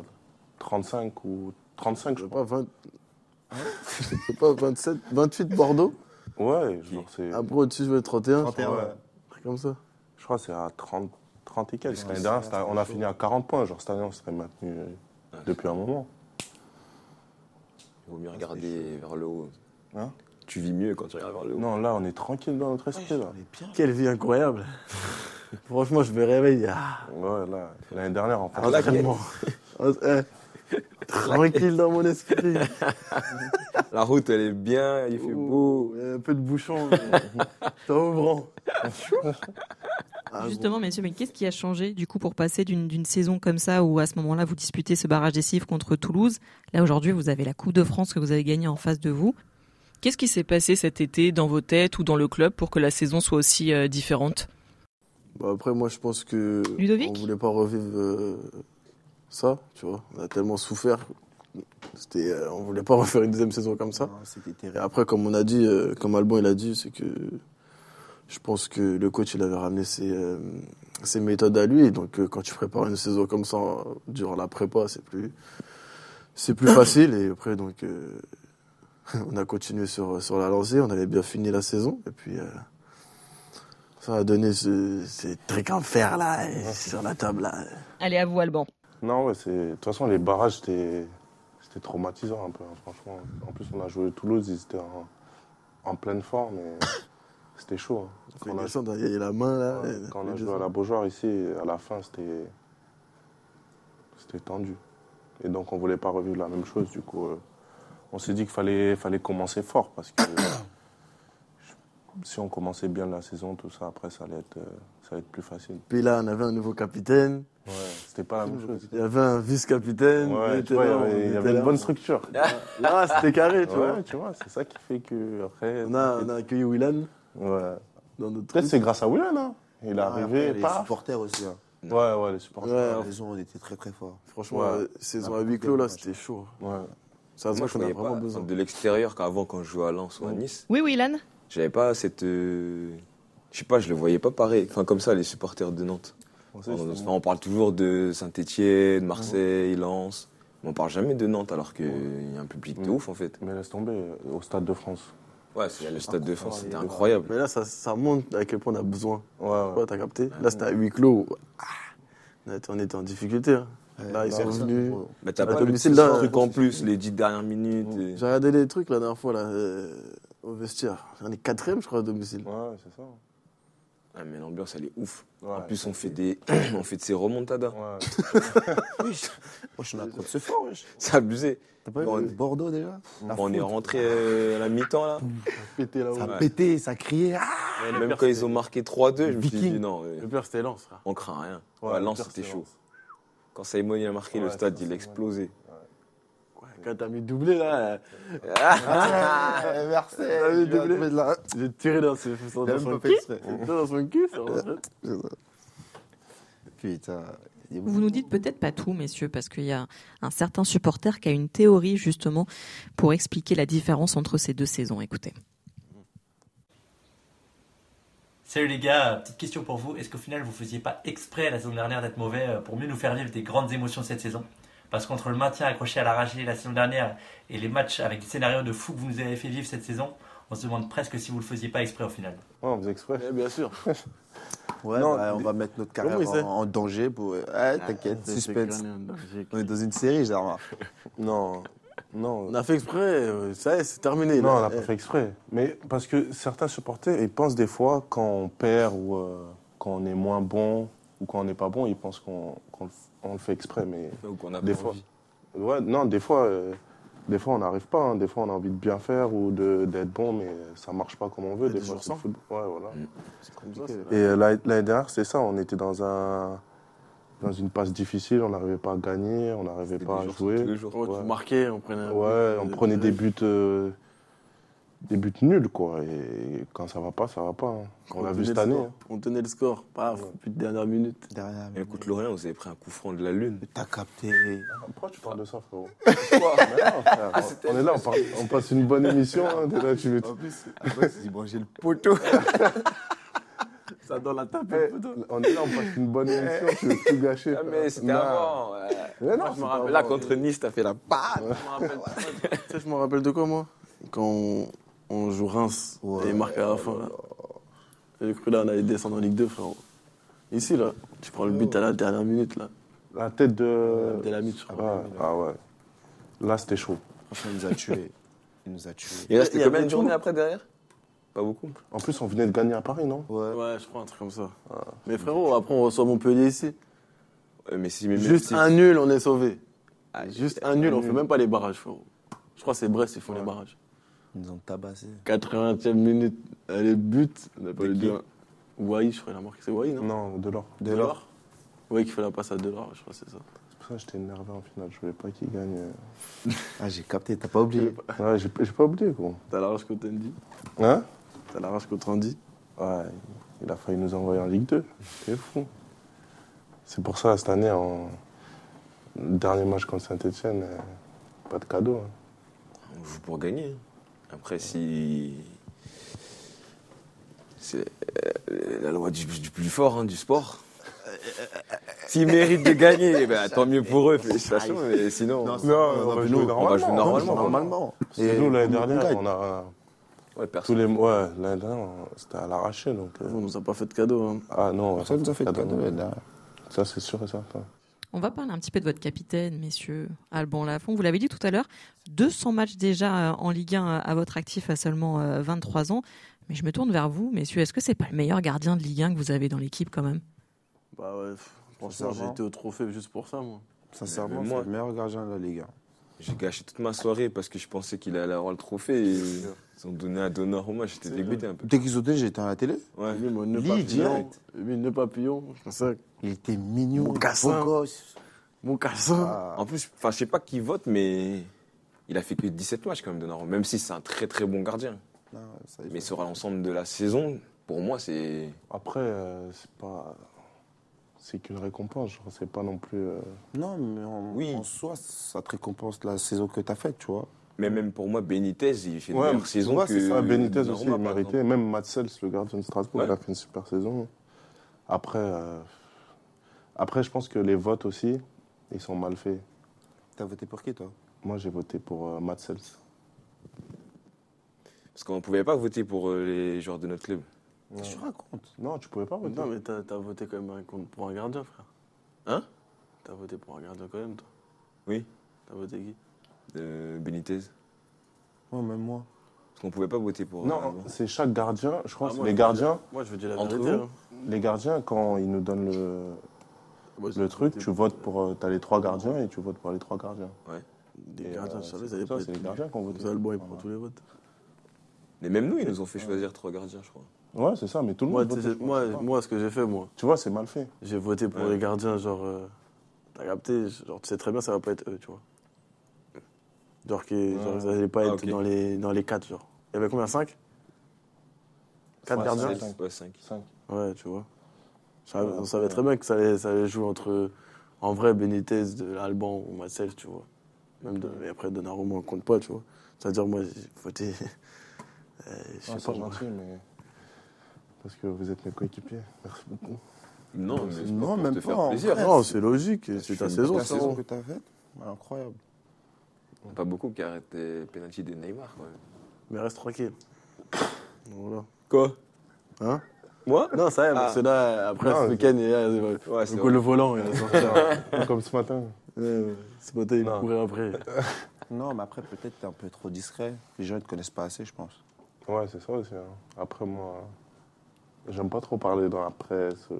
S3: 35 ou 35,
S4: Je
S3: je
S4: sais
S3: crois.
S4: pas, 20. oh, Je sais pas, 27, 28 Bordeaux.
S3: Ouais, genre, c'est.
S5: Ah,
S4: Après, au-dessus, je vais 31.
S5: 31, ouais.
S4: Un truc Comme ça.
S3: Je crois que c'est à 30, 30 et quelques. L'année dernière, c'était à- on a fini à 40 points. Genre, cette année, on serait maintenu euh, depuis un moment.
S6: Il vaut mieux regarder vers le haut.
S3: Ah, Hein
S6: tu vis mieux quand tu regardes vers le haut.
S3: Non, là, on est tranquille dans notre esprit, là.
S4: Quelle vie incroyable. Franchement, je me réveille. Ah,
S3: Ouais, là, l'année dernière, en fait.
S6: Ah, là,
S4: oh, eh, tranquille dans mon esprit.
S6: La route, elle est bien, il fait beau.
S4: Ouh, il y a un peu de bouchon. mais Ça ouvrant.
S5: Ah
S4: Ah,
S2: Justement, messieurs, mais qu'est-ce qui a changé du coup pour passer d'une d'une saison comme ça où à ce moment-là vous disputez ce barrage des Cives contre Toulouse Là aujourd'hui, vous avez la Coupe de France que vous avez gagnée en face de vous.
S8: Qu'est-ce qui s'est passé cet été dans vos têtes ou dans le club pour que la saison soit aussi euh, différente
S4: Bah, après, moi, je pense que
S8: Ludovic
S4: on voulait pas revivre euh, ça, tu vois. On a tellement souffert. C'était, euh, on voulait pas refaire une deuxième saison comme ça.
S5: Non, C'était terrible.
S4: Et après, comme on a dit, euh, comme Alban il a dit, c'est que je pense que le coach il avait ramené ses, euh, ses méthodes à lui. Donc euh, quand tu prépares une saison comme ça euh, durant la prépa, c'est plus c'est plus facile. Et après donc euh, on a continué sur sur la lancée. On avait bien fini la saison. Et puis euh, ça a donné ce, ces trucs en fer Ah, là et sur la table là.
S8: Allez, à vous, Alban.
S3: Non, ouais, c'est. De toute façon, les barrages, c'était. C'était traumatisant un peu, hein, franchement. En plus, on a joué Toulouse, ils étaient en, en pleine forme et c'était chaud. hein.
S4: Quand
S3: Quand on a-
S4: il y a la main là.
S3: Ouais,
S4: et-
S3: Euh, Quand on
S4: et
S3: a joué
S4: descend.
S3: à la Beaujoire ici, à la fin, c'était. C'était tendu. Et donc, on voulait pas revivre la même chose. Du coup, euh, on s'est dit qu'il fallait, fallait commencer fort parce que je- si on commençait bien la saison, tout ça, après, ça allait être, euh, ça allait être plus facile.
S4: Puis là, on avait un nouveau capitaine.
S3: Ouais, c'était pas la même chose.
S4: Il y avait un vice-capitaine. on
S3: Ouais,
S4: était
S3: tu vois, il y
S4: là, on
S3: avait, il y
S4: était
S3: avait
S4: là.
S3: une bonne structure.
S4: Là, c'était carré, tu
S3: Tu
S4: vois.
S3: vois, tu vois, c'est ça qui fait que après.
S4: On a, on a accueilli Willan
S3: Ouais.
S4: dans notre
S3: Peut-être
S4: truc.
S3: c'est grâce à Willan, hein. Il est
S5: Ah,
S3: arrivé,
S5: après, les
S3: paf.
S5: supporters aussi. hein.
S3: Ouais, ouais, les supporters.
S4: Ouais,
S5: La saison, on était très très forts.
S4: Franchement,
S3: Ouais. Ah,
S4: euh, saison à huis clos, là, c'était chaud.
S3: Ouais.
S4: Ça se
S6: Moi,
S4: voit
S6: je
S4: qu'on a
S6: voyais
S4: vraiment
S6: pas
S4: besoin.
S6: de l'extérieur qu'avant, quand je jouais à Lens ou à
S3: Mm.
S6: Nice,
S8: Oui, oui, Ilan
S6: j'avais pas cette. euh, Je sais pas, je le voyais pas pareil. Enfin, comme ça, les supporters de Nantes.
S3: On sait,
S6: On,
S3: c'est-
S6: enfin, on parle toujours de Saint-Etienne, Marseille, Lens. Mais on parle jamais de Nantes alors qu'il y a un public de
S3: Mm.
S6: ouf en fait.
S3: Mais laisse tomber, euh, au Stade de France.
S6: Ouais, c'est le Stade de France, c'était
S4: Mais
S6: incroyable.
S4: là, ça, ça montre à quel point on a besoin.
S3: Ouais, ouais.
S4: Tu vois, t'as capté Là, c'était à huis clos. Ah, on était- on était en difficulté. hein. là,
S3: Bah,
S4: ils sont revenus.
S6: Mais t'as
S4: Bah,
S6: pas
S4: comme
S6: le
S4: ici,
S6: petit
S4: là,
S6: truc
S4: euh,
S6: en plus, les dix dernières minutes. et-
S4: J'ai regardé les trucs la dernière fois, là, euh, au vestiaire. On est quatrième, je crois, à domicile.
S3: Ouais, c'est ça.
S6: Ah, mais l'ambiance, elle est ouf.
S3: Ouais.
S6: En plus, on fait, des... on fait de ces remontadas.
S3: Ouais.
S5: Oh, je suis en train de se fort, wesh.
S6: C'est abusé.
S5: T'as pas
S6: Bon,
S5: vu le Bordeaux déjà
S6: on est rentré euh, à la mi-temps là.
S4: Pété là-haut.
S5: Ah, Ça
S6: Ouais.
S5: pétait, ça criait. Ah
S6: Même quand ils ont marqué 3-2, je me suis dit
S5: Viking.
S6: non, euh,
S4: Le pire, c'était Lens, frère.
S6: on craint rien.
S3: Ouais,
S6: Ouais, Lens,
S3: pire,
S6: c'était
S3: c'est
S6: chaud.
S3: Lens.
S6: Quand Saïmoni a marqué le
S3: Ouais,
S6: stade,
S3: c'est
S6: il a
S3: Saïmoni.
S6: explosé.
S4: Quand t'as mis doublé, là, euh,
S5: Ah, Merci.
S4: t'as mis doublé. J'ai tiré dans ses- dans son cul. J'ai tiré dans son cul, ça rentrait.
S5: Putain, des
S2: Vous nous dites peut-être pas tout, messieurs, parce qu'il y a un certain supporter qui a une théorie justement pour expliquer la différence entre ces deux saisons. Écoutez.
S11: Salut les gars, petite question pour vous. Est-ce qu'au final vous faisiez pas exprès la saison dernière d'être mauvais euh, pour mieux nous faire vivre des grandes émotions cette saison Parce qu'entre le maintien accroché à l'arraché la saison dernière et les matchs avec des scénarios de fou que vous nous avez fait vivre cette saison, on se demande presque si vous le faisiez pas exprès au final.
S3: Ouais, on faisait exprès.
S4: Eh bien sûr.
S5: Ouais,
S4: Non,
S5: bah, on
S4: mais-
S5: va mettre notre
S4: Comment
S5: carrière
S4: il sait Ah,
S5: en, en danger. Pour... Ouais, t'inquiète, suspense. On est dans une série, j'ai remarqué.
S3: Non, non.
S4: On a fait exprès, euh, ça y est, c'est terminé.
S3: Non, on
S4: là. Eh,
S3: n'a pas fait exprès. Mais parce que certains supporters, ils pensent des fois quand on perd ou euh, quand on est moins bon ou quand on n'est pas bon, ils pensent qu'on qu'on le f- on le fait exprès. Mais
S6: Ou qu'on a
S3: Des
S6: pas
S3: fois.
S6: envie.
S3: ouais, non, des fois, euh, des fois on n'arrive pas. hein. Des fois, on a envie de bien faire ou de- d'être bon, mais ça marche pas comme on veut.
S4: Il y a des
S3: Des fois,
S4: jours
S3: c'est le
S4: sans.
S3: football. Ouais, voilà.
S4: C'est comme ça, c'est-
S3: Et euh, l'année l'année dernière, c'est ça. On était dans un dans une passe difficile. On n'arrivait pas à gagner. On n'arrivait
S6: Des
S3: pas à
S6: jours,
S3: jouer.
S6: Tous les jours.
S4: Ouais,
S3: Ouais.
S4: Tu marquais, on prenait. un
S3: Ouais,
S4: but,
S3: on
S4: euh,
S3: prenait des
S4: direct.
S3: buts, euh, des buts nuls, quoi. Et quand ça va pas, ça va pas. hein. On l'a vu
S4: tenait
S3: cette
S4: le
S3: année. hein.
S4: score. On tenait le score, paf, plus de dernière minute.
S5: Derrière,
S6: Et
S5: mais
S6: contre Lorient, vous avez pris un coup franc de la lune.
S5: t'as capté.
S3: hein. Pourquoi tu parles de ça, frérot Mais non, frère, On est là, on, parle- on passe une bonne émission. hein, t'es là, tu veux-
S5: En plus, après, il branché le poteau.
S4: Ça dans la tape.
S3: Eh, on est là, on passe une bonne émission. tu veux tout gâcher.
S6: Ah,
S3: frère.
S6: mais c'était
S3: Non.
S6: avant. ouais.
S3: Mais non,
S6: Moi, je
S3: c'est
S6: me
S3: pas
S6: rappelle,
S3: avant.
S6: là, contre Nice, t'as fait la patte.
S4: Je me rappelle- Tu sais, je me rappelle de quoi, moi Quand on, on joue Reims et marque à la fin. là. J'ai cru là, on allait descendre en Ligue 2, frérot. Ici, là, tu prends le but à la dernière minute, là.
S3: La tête de.
S4: De la minute, je crois.
S3: Ouais, ah ouais. Là, c'était chaud.
S5: Franchement, il nous a tués. Il nous a tués.
S6: Il
S3: ah.
S6: restait
S4: Il y
S6: combien
S4: avait
S6: de
S4: tout.
S6: journées après derrière Pas beaucoup.
S3: En plus, on venait de gagner à Paris, non
S5: Ouais.
S4: Ouais, je crois un truc comme ça. Mais frérot, après, on reçoit Montpellier ici.
S6: Ouais, Euh, Mais si, mais
S4: Juste
S6: si-
S4: un nul, on est sauvé.
S6: Ah,
S4: Juste un nul, on fait même pas les barrages, frérot. Je crois que c'est Brest, ils font les barrages.
S5: Ils nous ont tabassé.
S4: 80e minute, allez, but. On a pas
S6: De
S4: le
S6: qui
S4: 2 Wai, je crois, il a marqué. C'est Wai, non
S3: Non, de l'or.
S4: Delors Ouais, qui fait la passe à Delors, je crois, c'est ça.
S3: C'est pour ça que j'étais énervé en finale. Je voulais pas qu'il gagne. euh.
S5: Ah, j'ai capté, t'as pas oublié.
S3: Ouais, j'ai j'ai pas oublié, quoi.
S4: T'as l'arrache qu'au Tandy
S3: Hein
S4: T'as l'arrache qu'au Tandy
S3: Ouais, il a failli nous envoyer en Ligue 2. C'est fou. C'est pour ça, cette année, en le dernier match contre Saint-Etienne, pas de cadeau. hein.
S6: On joue pour gagner. Après, si. C'est euh, la loi du, du plus fort, hein, du sport. S'ils méritent de gagner, eh ben, tant mieux pour eux, félicitations, mais sinon.
S3: on va
S5: mais
S3: jouer
S5: nous,
S3: normalement.
S6: on va jouer normalement.
S5: Normalement.
S3: Parce que nous, l'année dernière, on a.
S6: Ouais,
S3: Tous
S6: personne.
S3: les mois, ouais, l'année dernière, on- c'était à l'arraché. Donc, euh,
S4: On nous a pas fait de cadeau. Hein.
S3: Ah non, on va
S5: Ça nous a fait
S3: pas
S5: de
S3: de cadeau.
S5: cadeaux, là.
S3: Ça, c'est sûr et certain.
S2: On va parler un petit peu de votre capitaine, messieurs Alban Lafont. Vous l'avez dit tout à l'heure, 200 matchs déjà euh, en Ligue 1 à votre actif à seulement euh, 23 ans. Mais je me tourne vers vous, messieurs. Est-ce que c'est pas le meilleur gardien de Ligue 1 que vous avez dans l'équipe quand même
S4: Bah ouais, pff, franchement, j'ai
S5: Sincèrement.
S4: été au trophée juste pour ça, moi.
S5: Sincèrement,
S6: Mais
S5: c'est
S6: moi-
S5: le meilleur gardien de la Ligue. hein.
S6: J'ai gâché toute ma soirée parce que je pensais qu'il allait avoir le trophée. Et ils ont donné à Donnarumma, j'étais dégoûté un peu.
S5: Dès qu'ils ont donné, j'étais à la télé.
S6: Ouais.
S4: J'ai mis mon nœud
S5: Lee,
S4: papillon.
S5: direct.
S4: J'ai mis le nœud papillon. C'est ça.
S5: Il était mignon.
S4: Mon
S5: beau
S4: cassin.
S5: gosse.
S4: Mon cassin.
S5: Ah.
S6: En plus, enfin, je sais pas qui vote, mais il a fait que 17 matchs quand même, Donnarumma, même si c'est un très très bon gardien.
S5: Non, ça,
S6: Mais sur l'ensemble de la saison, pour moi, c'est.
S3: Après, euh, c'est pas. C'est qu'une récompense. genre, C'est pas non plus. euh,
S5: Non, mais en,
S6: Oui.
S5: en soi, ça te récompense la saison que t'as faite, tu vois.
S6: Mais même pour moi, Benitez, il fait une
S3: Ouais,
S6: meilleure
S3: tu
S6: saison
S3: vois,
S6: que.
S3: c'est ça. Benitez aussi,
S6: Donnarumma,
S3: il
S6: par
S3: méritait.
S6: exemple.
S3: Même Matsels, le gardien de Strasbourg,
S6: Ouais.
S3: il a fait une super saison. Après, euh, après, je pense que les votes aussi, ils sont mal faits.
S5: T'as voté pour qui, toi
S3: Moi, j'ai voté pour euh, Matsels.
S6: Parce qu'on ne pouvait pas voter pour euh, les joueurs de notre club.
S5: Qu'est-ce que tu racontes
S3: Non, tu pouvais pas voter.
S4: Non, Oh, mais t'as t'as voté quand même un- contre- pour un gardien, frère.
S6: Hein
S4: T'as voté pour un gardien quand même, toi.
S6: Oui.
S4: T'as voté qui
S6: Euh, Benitez.
S5: Ouais, même moi.
S6: Parce qu'on ne pouvait pas voter pour.
S3: Non,
S6: euh,
S3: c'est chaque gardien. Je crois
S4: Ah,
S3: que
S4: moi,
S3: les
S4: je-
S3: gardiens,
S4: Moi, je veux dire la
S6: Entre
S4: vérité.
S6: vous
S4: hein.
S3: les gardiens, quand ils nous donnent le,
S4: Moi, j'ai
S3: le truc,
S4: voté
S3: tu votes pour. euh, T'as les trois gardiens et tu votes pour les trois gardiens.
S4: Des
S3: Et,
S4: gardiens,
S3: euh,
S4: je savais,
S3: c'est
S4: ça allait
S3: pour
S4: pas
S3: ça, c'est
S4: être-
S3: les gardiens qu'on vote.
S4: Vous savez, le bon, il prend
S3: Voilà.
S4: tous les votes.
S6: Mais même nous, ils nous ont fait choisir trois gardiens, je crois.
S3: Ouais, c'est ça, mais tout le
S4: Moi,
S3: monde vote.
S4: tu sais,
S3: je pense,
S4: moi,
S3: je sais pas.
S4: moi, ce que j'ai fait, moi,
S3: Tu vois, c'est mal fait.
S4: j'ai voté pour
S6: Ouais.
S4: les gardiens, genre. euh, T'as capté Genre, tu sais très bien, ça va pas être eux, tu vois. Genre, que,
S6: Ah.
S4: genre, ils allaient pas
S6: Ah,
S4: être
S6: ok.
S4: dans, les, dans les quatre, genre. Il y avait combien 5 4
S3: Ouais,
S4: gardiens
S3: cinq.
S6: Ouais, cinq.
S3: Cinq.
S4: Ouais, tu vois. Ça-
S3: Ouais,
S4: on
S3: après,
S4: savait très bien que ça allait, ça allait jouer entre En vrai, Benitez, de Alban ou Marcel, tu vois. Même de- et après, Donnarumma, on compte pas, tu vois. C'est-à-dire, moi, j'ai voté. euh, je sais
S3: Ah,
S4: pas,
S3: c'est
S4: moi.
S3: gentil, mais. Parce que vous êtes mes coéquipiers. Merci beaucoup.
S6: Non, mais c'est pas
S5: Non,
S6: pour
S5: même
S6: te
S5: pas,
S6: faire
S5: en
S6: plaisir.
S5: vrai.
S4: Non, c'est logique,
S6: Je
S4: c'est
S6: fais
S4: ta
S6: une
S4: saison,
S5: La
S6: petite
S4: Oh, ça.
S5: saison que t'as faite, incroyable.
S6: Pas beaucoup qui arrêtent les pénalty de Neymar. quand même.
S4: Mais reste tranquille. Voilà.
S6: Quoi
S4: Hein
S6: Moi
S4: Non, ça va,
S6: Ah.
S4: parce que là, après
S3: Non,
S4: ce week-end, il y a- il y a-
S6: Ouais, c'est
S4: le,
S6: vrai.
S4: volant, euh, il va sortir.
S3: Comme ce matin.
S4: Euh, Ce matin, il
S5: Non.
S4: courait après.
S5: Non, mais après, peut-être t'es un peu trop discret. Les gens ne te connaissent pas assez, je pense.
S3: Ouais, c'est ça aussi. hein. Après, moi, j'aime pas trop parler dans la presse, euh,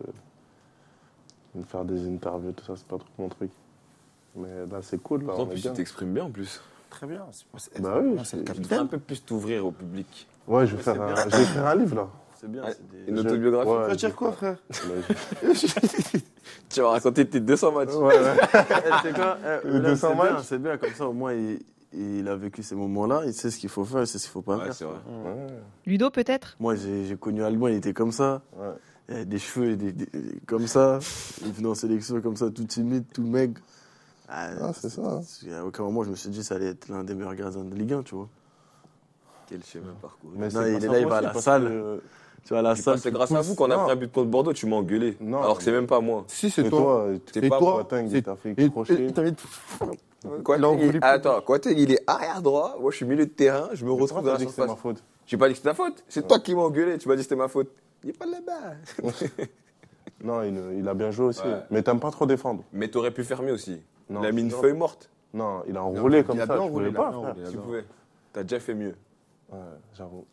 S3: me faire des interviews, tout ça, c'est pas trop mon truc. Mais là, c'est cool, là,
S6: En
S3: on est
S6: plus,
S3: bien.
S6: tu t'exprimes bien en plus.
S5: Très bien. C'est pour ça-
S3: Bah oui,
S5: c'est le
S6: Tu devrais un
S5: capitaine.
S6: peu plus t'ouvrir au public.
S3: Ouais, je vais,
S4: c'est
S3: faire un...
S4: bien.
S3: je vais écrire un livre, là.
S4: C'est bien.
S6: Ouais.
S4: c'est des-
S6: Une autobiographie.
S3: Ouais,
S5: Tu vas dire
S3: je-
S5: quoi, frère
S3: Mais je-
S6: Tu vas raconter tes 200 matchs.
S3: Ouais, ouais.
S4: Eh, c'est quoi Eh,
S3: Le
S4: là,
S3: 200
S4: c'est bien,
S3: matchs.
S4: C'est bien, comme ça, au moins, il, il a vécu ces moments-là, il sait ce qu'il faut faire, il sait ce qu'il faut pas
S6: Ouais,
S4: faire.
S6: c'est vrai.
S3: Ouais.
S2: Ludo peut-être
S4: Moi, j'ai j'ai connu Alban, il était comme ça.
S3: Ouais.
S4: Il avait des cheveux des- des- comme ça. Il venait en sélection comme ça, tout timide, tout maigre.
S3: Ah, c'est ça, hein.
S4: À aucun moment, je me suis dit ça allait être l'un des meilleurs gardiens de Ligue 1, tu vois.
S6: Quel schéma parcouru.
S3: Mais
S4: Non,
S3: c'est
S4: il
S3: pas
S4: est
S3: ça
S4: là, il
S3: aussi,
S4: va à la
S3: parce
S4: salle.
S3: que-
S4: Tu vois, à la
S6: C'est
S4: salle.
S6: pas- c'est
S4: tu
S6: grâce à
S4: pousses.
S6: vous qu'on a
S3: Non.
S6: pris un but contre Bordeaux, tu m'as engueulé.
S3: Non.
S6: Alors que c'est même pas moi.
S5: Si,
S3: Et toi,
S6: T'es
S3: et
S6: pas
S3: toi,
S6: moi.
S3: Boateng,
S6: C'est-
S3: il t'a fait crocher.
S4: T'as envie de-
S6: Quoi,
S3: Il en voulait plus.
S6: Attends, quoi, il est arrière droit, moi je suis milieu de terrain, je me
S3: Mais pourquoi
S6: retrouve dans
S3: t'as
S6: la
S3: dit que c'est
S6: surface.
S3: ma faute
S6: J'ai pas dit que c'était ta faute, c'est toi qui m'as engueulé, tu m'as dit que c'était ma faute. Il est pas là-bas.
S3: Non, il, il a bien joué aussi.
S6: Ouais.
S3: Mais t'aimes pas trop défendre.
S6: Mais t'aurais pu fermer aussi.
S3: Non,
S6: il a mis une
S3: non.
S6: feuille morte,
S3: Non, il a enroulé comme
S5: il a
S3: ça.
S5: bien
S3: je voulais
S5: enroulé, il a bien
S3: pas, frère.
S5: enroulé.
S6: tu
S5: J'adore.
S6: pouvais. T'as déjà fait mieux.
S3: Ouais, j'avoue.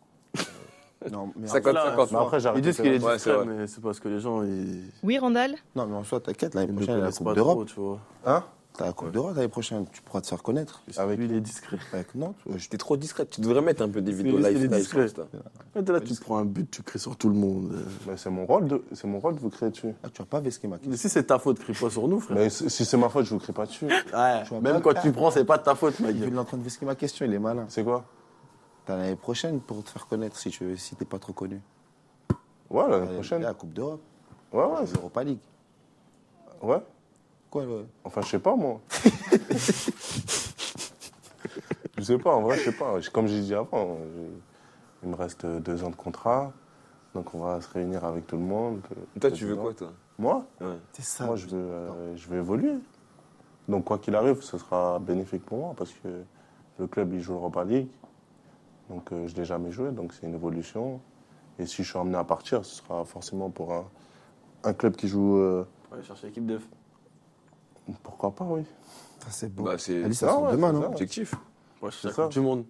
S5: Non, mais en
S6: 50-50.
S3: Mais après, j'ai
S4: Ils
S3: arrêté
S4: disent qu'il est
S3: de-
S6: Ouais, c'est
S4: discret,
S6: vrai.
S4: mais c'est parce que les gens, ils.
S2: Oui Randall
S5: soi- Non, mais en soi, t'inquiète, l'année
S4: Ils ne
S5: prochaine, il y a la
S4: connaissent
S5: Coupe
S4: pas trop,
S5: d'Europe.
S4: tu vois.
S3: Hein
S5: T'as la Coupe d'Europe l'année prochaine, tu pourras te faire connaître.
S3: Avec-
S4: Lui, il est discret.
S5: Avec Nantes ouais, je-
S6: T'es trop discret, tu devrais mettre un peu des vidéos
S4: Il est- il est
S6: lifestyle sur
S4: discret.
S6: Insta.
S4: Et Là, tu prends un but, tu cries sur tout le monde.
S3: Mais c'est mon rôle de, c'est mon rôle de vous crier dessus.
S5: Ah, tu vas pas vesquer ma
S4: Mais si c'est ta faute, crie pas sur nous, frère.
S3: Mais si si c'est ma faute, je vous crie pas dessus.
S4: Ouais,
S5: Tu vois
S4: même
S5: pas-
S4: quand tu prends, c'est pas de ta faute, ma
S5: Il
S4: gueule.
S5: est en train de vesquer ma question, il est malin.
S3: C'est quoi
S5: T'as l'année prochaine pour te faire connaître si tu si t'es pas trop connu.
S3: Ouais, l'année
S5: T'as
S3: prochaine.
S5: La Coupe d'Europe,
S3: Ouais, ouais,
S5: ouais, l'Europa League.
S3: ouais.
S5: Quoi, le-
S3: Enfin, je sais pas, moi. je sais pas, en vrai, je sais pas. Je- Comme j'ai dit avant, je- il me reste euh, deux ans de contrat. Donc, on va se réunir avec tout le monde. euh,
S6: Toi, tu veux
S3: président.
S6: quoi, toi
S3: Moi
S6: Ouais.
S5: C'est ça.
S3: Moi, je veux, euh, je veux évoluer. Donc, quoi qu'il arrive, ce sera bénéfique pour moi parce que le club, il joue l'Europa League. Donc, euh, je ne l'ai jamais joué, donc c'est une évolution. Et si je suis emmené à partir, ce sera forcément pour un, un club qui joue. euh,
S4: Ouais, chercher l'équipe de.
S3: pourquoi pas, oui.
S5: Putain, C'est beau.
S6: Bah, c'est
S5: Elle dit ça
S3: Ah
S5: sort
S3: ouais,
S5: demain,
S3: c'est
S5: non
S3: ça.
S6: objectif.
S4: Ouais, c'est
S3: C'est
S4: ça.
S3: ça.
S4: Du monde.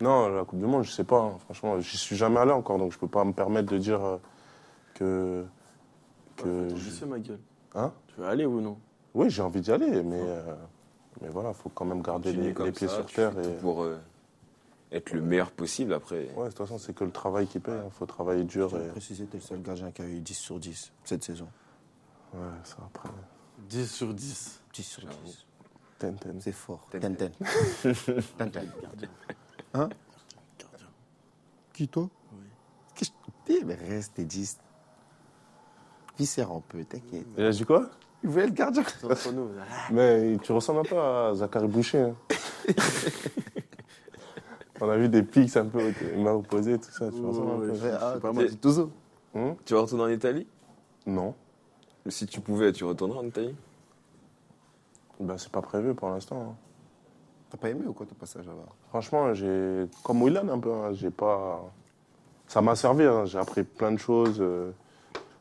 S3: Non, la Coupe du Monde, je sais pas. hein. Franchement, j'y suis jamais allé encore, donc je peux pas me permettre de dire euh, que. que
S6: Bah,
S4: Attends,
S3: je-
S4: je sais, ma gueule.
S3: Hein
S4: Tu veux aller ou non
S3: Oui, j'ai envie d'y aller, mais, euh, mais voilà, faut quand même garder
S6: Tu
S3: les,
S6: dis comme
S3: les pieds
S6: ça,
S3: sur
S6: tu
S3: terre.
S6: fais tout
S3: et-
S6: Pour euh, être le meilleur possible après.
S3: Ouais, de toute façon, c'est que le travail qui paye. Il faut travailler dur.
S5: Je
S3: Et...
S5: vais préciser, t'es le seul gardien qui a eu 10 sur 10 cette saison.
S3: Ouais, ça après.
S4: 10 sur 10.
S5: 10 sur 10.
S3: Ten, ten.
S5: C'est fort.
S6: Ten-ten.
S5: Ten-ten. Ten-ten. Hein Qui, toi Oui. Qu'est-ce que je- Eh, Mais reste, t'es 10. Viscère un peu, t'inquiète.
S3: Il a dit quoi
S5: Vous voyez le gardien
S4: Entre nous. là.
S3: Mais tu ressembles un peu à Zachary Boucher. hein. On a vu des pics un peu, il m'a opposé, tout ça. Tu ressembles un peu.
S4: Ouais,
S5: ouais,
S4: je-
S5: ah,
S4: je sais pas
S5: t'es-
S4: moi, c'est Tozo.
S3: Hum
S6: Tu vas retourner en Italie
S3: Non,
S6: Si tu pouvais, tu retournerais en Italie
S3: ben, c'est pas prévu pour l'instant. hein.
S5: T'as pas aimé ou quoi ton passage là-bas
S3: Franchement, j'ai comme Willan un peu, hein, j'ai pas. Ça m'a servi, hein, j'ai appris plein de choses. euh,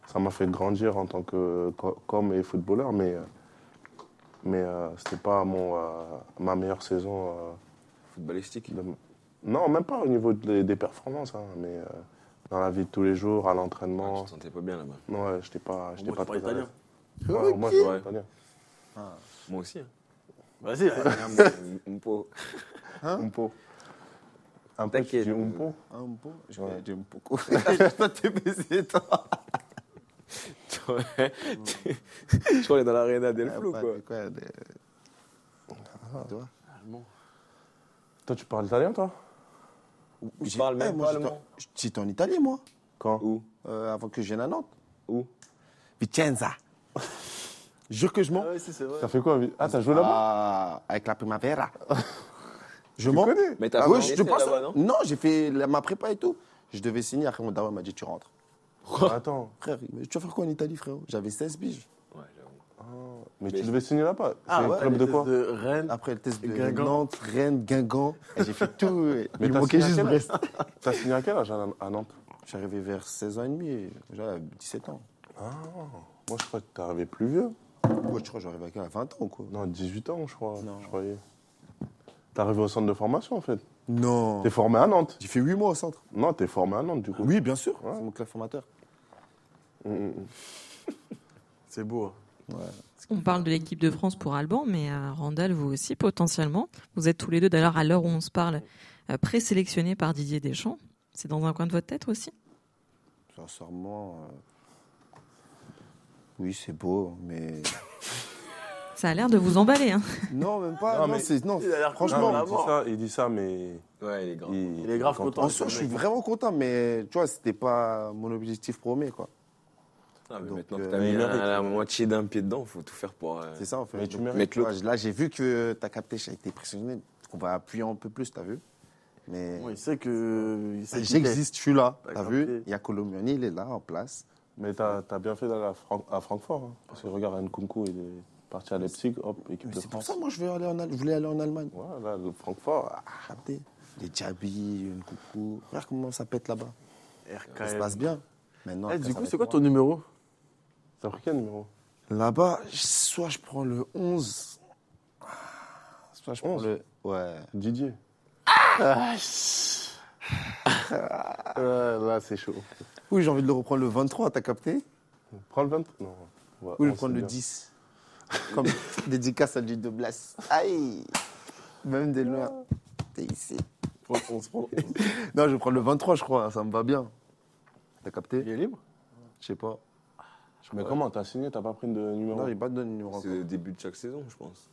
S3: Ça m'a fait grandir en tant que co- com et footballeur, mais euh, mais euh, c'était pas mon euh, ma meilleure saison. euh,
S6: Footballistique
S3: de- Non, même pas au niveau de- des performances, hein, mais euh, dans la vie de tous les jours, à
S6: Ah,
S3: l'entraînement.
S6: Tu te sentais pas bien là-bas.
S3: Non, ouais, j'étais pas, j'étais
S4: Moi,
S3: pas
S4: tu parles
S3: très à l'aise.
S4: italien.
S3: Ouais, Moi, je
S6: Ouais.
S3: parle italien.
S6: Moi aussi. hein.
S4: Vas-y. ouais.
S6: Mon- mon pot.
S3: Umpo. Un peu, tu
S6: T'inquiète.
S3: dis Umpo.
S5: Ah, un peu Je
S3: Ouais.
S5: connais Jim Poko. Toi, t'es baisé, toi.
S6: Tu vois, Je crois qu'on est dans l'arena del Flo,
S5: Ah,
S6: quoi.
S5: pas- quoi, des- Toi
S3: Toi, tu parles italien, toi
S6: Je parle
S5: Eh,
S6: même
S5: moi,
S6: pas
S5: j'étais-
S6: allemand.
S5: J'étais en Italie, moi,
S3: Quand
S6: Où
S5: euh, avant que je vienne à Nantes.
S6: Où
S5: Vicenza. Jure que je mens.
S3: T'as fait quoi Ah, t'as joué là-bas
S5: Ah, avec la primavera. je mens.
S6: Mais t'as
S5: Ah
S6: pas
S5: ouais,
S6: un
S5: je
S6: essai
S5: te pense-
S6: là-bas, non
S5: j'ai fait la- ma prépa et tout. Je devais signer, après mon daron m'a dit tu rentres.
S3: Bah, Attends,
S5: Frère, mais tu vas faire quoi en Italie, frérot J'avais 16 piges.
S3: mais tu devais signer là-bas.
S5: Ah
S3: C'est un
S5: ouais,
S3: club de quoi Ah,
S4: Rennes.
S5: Après le test de
S4: Guingamp.
S5: Nantes, Rennes, Guingamp, et j'ai fait tout. ouais.
S3: Mais
S5: Il
S3: t'as
S5: manquait
S3: signé
S5: juste
S3: à quel âge
S5: Brest.
S3: T'as signé à quel âge à à Nantes
S5: J'ai arrivé vers 16 ans et demi, et j'avais 17 ans.
S3: Ah, Moi, je crois que t'es arrivé plus vieux.
S5: Moi, tu crois que j'arrive à quel- à 20 ans, quoi
S3: Non, 18 ans, je crois.
S5: Non.
S3: Je croyais. T'es arrivé au centre de formation, en fait.
S5: Non.
S3: T'es formé à Nantes.
S5: J'ai fait 8 mois au centre.
S3: Non, t'es formé à Nantes, du coup. Mm,
S5: Oui, bien sûr.
S3: Ouais.
S5: C'est mon club formateur.
S4: C'est beau. hein.
S2: On parle de l'équipe de France pour Alban, mais euh, Randall, vous aussi potentiellement. Vous êtes tous les deux, d'ailleurs, à l'heure où on se parle, euh, présélectionnés par Didier Deschamps. C'est dans un coin de votre tête aussi
S5: Sincèrement. euh, Oui, c'est beau, mais.
S2: Ça a l'air de vous emballer. Hein.
S5: non, même pas.
S3: Non,
S5: Non,
S3: mais-
S5: c'est- non,
S4: Il a l'air
S3: Non,
S5: franchement.
S3: il, dit ça, il dit ça, mais.
S6: Ouais, il est grave.
S3: Il,
S4: Il est grave content.
S5: en soi, je suis vraiment content, mais tu vois, c'était pas mon objectif premier, quoi.
S6: Ah, mais
S5: Donc,
S6: maintenant
S5: euh,
S6: que t'as
S5: il
S6: mis la,
S5: mérite.
S6: la moitié d'un pied dedans, faut tout faire pour. euh,
S5: C'est ça, en fait.
S3: Mais tu
S5: Donc,
S3: mérites.
S5: mais tu vois, là, j'ai vu que t'as capté, j'ai été pressionné. donc On va appuyer un peu plus, t'as vu Mais
S4: Bon, il sait que. il sait qu'il est.
S5: j'existe, je suis là.
S4: T'as
S5: T'as
S4: capté.
S5: vu Il y a Colomioni, il est là, en place.
S3: Mais t'as as bien fait d'aller à, Fran- à Francfort. hein. parce que regarde, Nkunku, il est parti à Leipzig, hop, équipe
S5: Mais
S3: de
S5: c'est pour
S3: France.
S5: ça, moi, je, vais aller en Al- je voulais aller en Allemagne.
S3: Ouais, là, le Francfort. ah,
S5: Ah, capté. Les Djabi, une coucou. Regarde comment ça pète là-bas. Ça se
S4: RKL.
S5: passe bien. Maintenant,
S4: Eh,
S5: après,
S4: du
S5: ça
S4: coup,
S5: va
S4: c'est
S5: être
S4: quoi
S5: moi.
S4: ton numéro
S3: C'est africain, numéro
S5: Là-bas, je- soit je prends le 11, soit je prends
S3: 11.
S5: le. Ouais.
S3: Didier.
S4: Ah.
S3: Ouais, là, c'est chaud.
S5: Oui, j'ai envie de le reprendre le 23, t'as capté
S3: Prends le 20. Non. Ouais,
S5: Oui, je
S3: on
S5: vais prendre
S3: sait
S5: le
S3: Oh, bien.
S5: 10. Comme dédicace à Dude de Blas. Aïe Même des loin. T'es ici.
S4: On se prend. Il
S5: Non, je vais prendre le 23, je crois, ça me va bien. T'as capté
S4: est libre
S5: Je sais pas.
S3: Mais comment T'as signé, t'as pas pris de numéro
S5: Non, j'ai pas de numéro
S6: C'est
S5: encore.
S6: le début de chaque saison, je pense.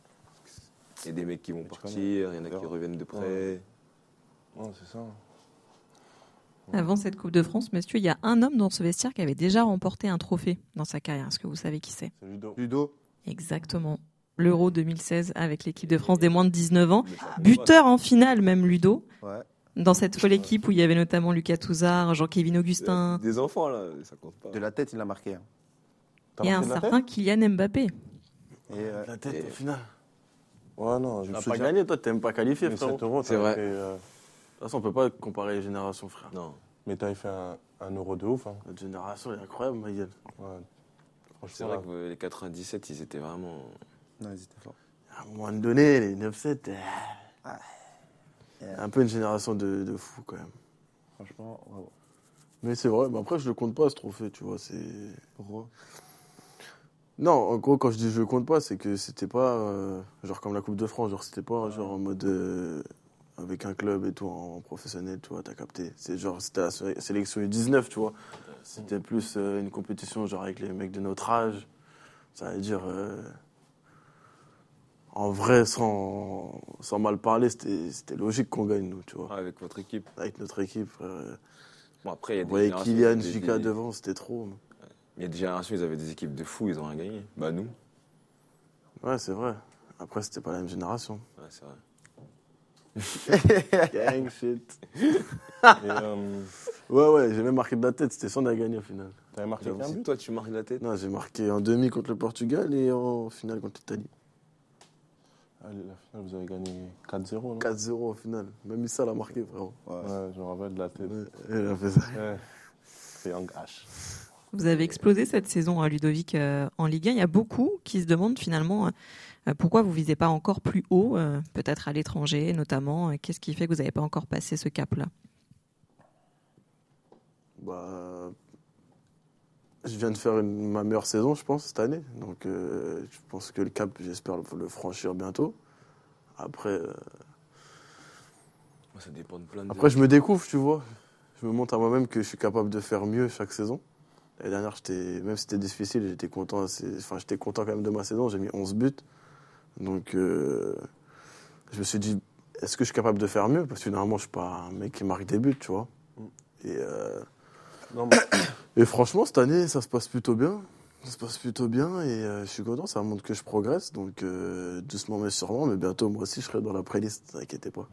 S6: Il y a des mecs qui vont partir, il y en a qui
S3: verras.
S6: reviennent de près.
S3: Ouais. Non, c'est ça.
S2: Avant cette Coupe de France, messieurs, il y a un homme dans ce vestiaire qui avait déjà remporté un trophée dans sa carrière. Est-ce que vous savez qui c'est
S3: C'est Ludo.
S5: Ludo
S2: Exactement. L'Euro 2016 avec l'équipe de France des moins de 19 ans. Buteur en finale, même Ludo.
S5: Ouais.
S2: Dans cette folle équipe où il y avait notamment Lucas Touzard, Jean-Kévin Augustin
S6: Des enfants, là, ça compte pas.
S5: De la tête, il a marqué. hein.
S3: T'as
S2: et un
S3: marqué de la tête
S2: certain Kylian Mbappé.
S5: Et, euh,
S4: La tête,
S6: Et-
S4: au final.
S3: Ouais, non,
S4: Tu
S3: je me
S4: n'as pas
S3: souviens.
S4: gagné, toi, t'es même pas qualifié,
S3: Mais
S4: frérot.
S3: 7 euros,
S6: C'est
S3: t'avais
S6: vrai.
S3: fait, euh,
S4: De toute façon, on peut pas comparer les générations, frère.
S6: Non.
S3: mais t'avais fait un, un euro de ouf. Hein.
S4: Notre génération est incroyable, ma gueule.
S3: Ouais.
S6: C'est
S3: Franchement,
S6: vrai
S3: là,
S6: que euh, les 97, ils étaient vraiment.
S5: Non, ils étaient forts.
S4: À un moment donné, les 9-7, euh,
S3: Ah.
S4: un peu une génération de, de fous, quand même.
S5: Franchement, bravo.
S4: Mais c'est vrai, mais après, je le compte pas, ce trophée, tu vois, c'est... Pourquoi Non, en gros, quand je dis je le compte pas, c'est que c'était pas, euh, genre, comme la Coupe de France, genre, c'était pas, genre, en mode... euh, avec un club et tout, en professionnel, tu vois, t'as capté. C'est genre, c'était la sé- sélection U19, tu vois. C'était plus euh, une compétition, genre, avec les mecs de notre âge. Ça veut dire... euh, en vrai, sans, sans mal parler, c'était c'était logique qu'on gagne, nous, tu vois.
S6: Ah, avec votre équipe.
S4: Avec notre équipe, frère.
S6: Bon, après, il y a
S4: Vous
S6: des
S4: voyez
S6: générations,
S4: Kylian,
S6: ils avaient
S4: Jika
S6: des-
S4: devant, c'était trop. hein.
S6: Il y a des générations, ils avaient des équipes de fous, ils ont rien gagné. Bah, nous.
S4: Ouais, c'est vrai. Après, c'était pas la même génération.
S6: Ouais, c'est vrai.
S4: Gang shit.
S3: et, euh,
S4: Ouais, ouais, j'ai même marqué de la tête, c'était sans la gagner au final.
S3: t'avais marqué
S6: J'avoue,
S3: qu'un
S6: Si
S3: but
S6: toi, tu marques la tête.
S4: Non, j'ai marqué en demi contre le Portugal et en finale contre l'Italie.
S3: Allez, la finale, vous avez gagné 4-0, non
S4: 4-0 en finale. Même Issa l'a marqué, frérot.
S3: Ouais, je me rappelle de la tête.
S4: Ouais, Elle a fait ça.
S3: Ouais. C'est Young H.
S2: Vous avez explosé cette saison à Ludovic euh, en Ligue 1. Il y a beaucoup qui se demandent finalement euh, pourquoi vous visez pas encore plus haut, euh, peut-être à l'étranger notamment. Euh, Qu'est-ce qui fait que vous n'avez pas encore passé ce cap-là
S4: Bah, je viens de faire une- ma meilleure saison, je pense, cette année. Donc, euh, je pense que le cap, j'espère le, le franchir bientôt. Après, euh,
S6: Ça dépend de plein de.
S4: après, je me découvre, tu vois. Je me montre à moi-même que je suis capable de faire mieux chaque saison. L'année dernière, j'étais- même si c'était difficile, j'étais content, assez- enfin, j'étais content quand même de ma saison. J'ai mis 11 buts. Donc, euh, je me suis dit, est-ce que je suis capable de faire mieux Parce que normalement, je suis pas un mec qui marque des buts, tu vois. Et, euh,
S3: Non, mais
S4: et franchement, cette année, ça se passe plutôt bien. Ça se passe plutôt bien et euh, je suis content, ça montre que je progresse. Donc euh, doucement mais sûrement, mais bientôt moi aussi je serai dans la playlist, t'inquiétez pas.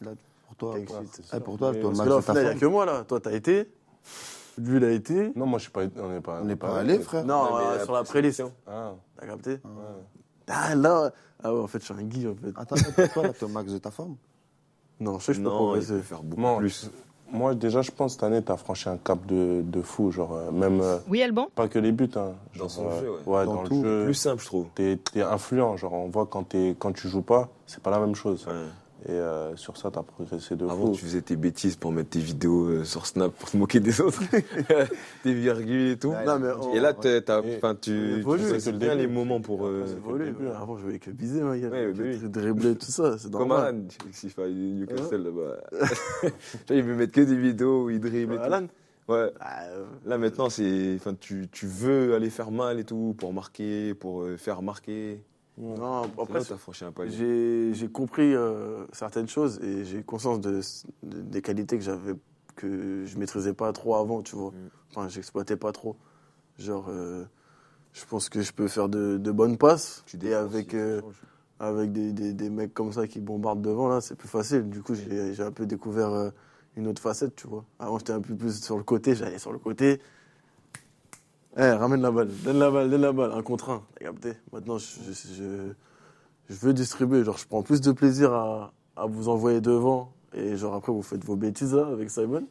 S5: Pour toi,
S3: Quelque
S5: pour,
S3: chose, c'est
S5: ah,
S3: sûr.
S5: pour toi,
S3: Mais
S5: toi,
S4: Parce
S5: Max,
S4: que là au
S5: c'est ta
S4: final il n'y a
S5: femme.
S4: que moi là. Toi t'as été, lui il a été.
S3: Non, moi, je suis pas, on n'est pas,
S5: On n'est pas allé, frère.
S4: Non,
S6: mais
S4: euh,
S6: la
S4: sur la playlist.
S3: Ah,
S4: T'as capté
S3: ouais.
S4: Ah là Ah ouais, en fait je suis un guy en fait.
S6: Ah.
S5: Attends, attends, pour toi, là, toi, Max, de ta forme.
S4: Non, je sais que je peux
S6: Non, il peut
S4: progresser.
S6: faire beaucoup
S3: Bon,
S6: plus.
S3: Moi, déjà, je pense cette année, tu as franchi un cap de, de fou. Genre, euh, même euh,
S8: Oui, Alban
S3: pas que les buts. Hein,
S6: Dans
S3: Genre,
S6: son jeu, ouais.
S3: dans,
S5: Dans
S3: le
S5: tout,
S3: jeu.
S6: Plus simple, je trouve.
S3: T'es t'es influent. Genre, on voit quand, t'es- quand tu joues pas, c'est pas la même chose.
S6: Ouais.
S3: Et euh, sur ça, tu as progressé de
S6: Avant,
S3: fou.
S6: Ah, tu faisais tes bêtises pour mettre tes vidéos euh, sur Snap pour te moquer des autres, tes virgules et tout.
S5: Ouais,
S4: Non mais on-
S6: et là, t'as- t'as-
S3: Et-
S6: enfin, tu,
S4: évolue,
S6: tu sais
S3: c'est le
S6: bien
S3: début.
S6: les moments pour. euh,
S4: Ah, C'est volé,
S6: comme-
S4: ouais. Avant je voyais que biser ma gueule,
S6: Ouais,
S4: avec
S6: bah
S4: le
S6: oui.
S4: truc dribbler tout ça, c'est
S6: Comme
S4: normal.
S6: Alan, s'il fait Newcastle là-bas. Tu vois, il veut mettre que des vidéos où il dribble. et tout.
S4: Alan
S6: Ouais.
S4: Ah, euh,
S6: Là maintenant, c'est, enfin, tu, tu veux aller faire mal et tout pour marquer, pour euh, faire marquer.
S4: Non,
S6: Après,
S4: après
S6: t'as franchi un palier.
S4: J'ai j'ai compris euh, certaines choses et j'ai conscience de, de- des qualités que j'avais que je maîtrisais pas trop avant, tu vois.
S6: Mm.
S4: Enfin, j'exploitais pas trop. Genre, euh, je pense que je peux faire de, de bonnes passes.
S6: Tu
S4: et
S6: défends
S4: avec,
S6: aussi,
S4: euh,
S6: tu changes.
S4: avec des, des- des mecs comme ça qui bombardent devant, là, c'est plus facile. Du coup, j'ai j'ai un peu découvert euh, une autre facette, tu vois. Avant, j'étais un peu plus sur le côté, j'allais sur le côté. Eh, ramène la balle, donne la balle, donne la balle, un contre un, t'as capté Maintenant, je, je- je- je veux distribuer, genre, je prends plus de plaisir à, à vous envoyer devant, et genre, après, vous faites vos bêtises, là, avec Simon,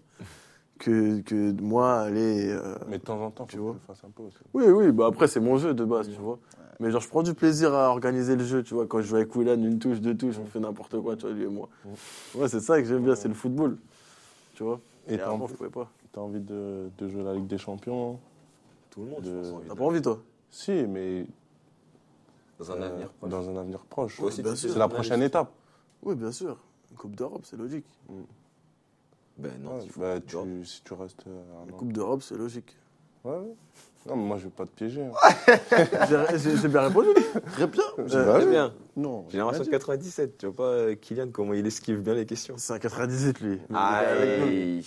S4: que, que de moi, aller... euh,
S3: Mais de temps en temps, faut
S4: Tu
S3: que
S4: vois.
S3: tu le fasses un peu aussi.
S4: oui, oui, bah après, c'est mon jeu de base, tu vois. Mais genre, je prends du plaisir à organiser le jeu, tu vois. Quand je joue avec Willan, une touche, deux touches, on fait n'importe quoi, tu vois, lui et moi. Ouais, c'est ça que j'aime bien, c'est le football, tu vois. Et,
S3: Et t'as
S4: avant,
S3: envie,
S4: je pouvais pas.
S3: t'as envie de, de jouer la Ligue des Champions
S6: Tout le monde,
S3: de-
S6: je pense, a envie
S4: T'as
S6: de-
S4: pas envie, toi
S3: Si, mais
S6: dans un
S3: euh,
S6: avenir. proche.
S3: dans un avenir proche. Bah,
S6: Toi aussi,
S4: bien
S6: tu
S4: sûr.
S6: sais,
S3: C'est la prochaine étape.
S4: Oui, bien sûr. Une Coupe d'Europe, c'est logique.
S6: Ben non,
S3: Ouais,
S6: il faut-
S3: bah,
S6: tu vois.
S3: tu- si tu restes euh, un
S4: Une
S3: an.
S4: Coupe d'Europe, c'est logique.
S3: Ouais, ouais. Non, mais moi, je vais pas te piéger. hein.
S4: J'ai j'ai- j'ai bien répondu. Très bien.
S3: J'ai
S4: Euh,
S3: pas
S6: Très
S3: vu.
S6: bien.
S5: Non.
S6: Génération 97, tu vois pas euh, Kylian comment il esquive bien les questions.
S4: C'est un 98, lui.
S6: Aïe.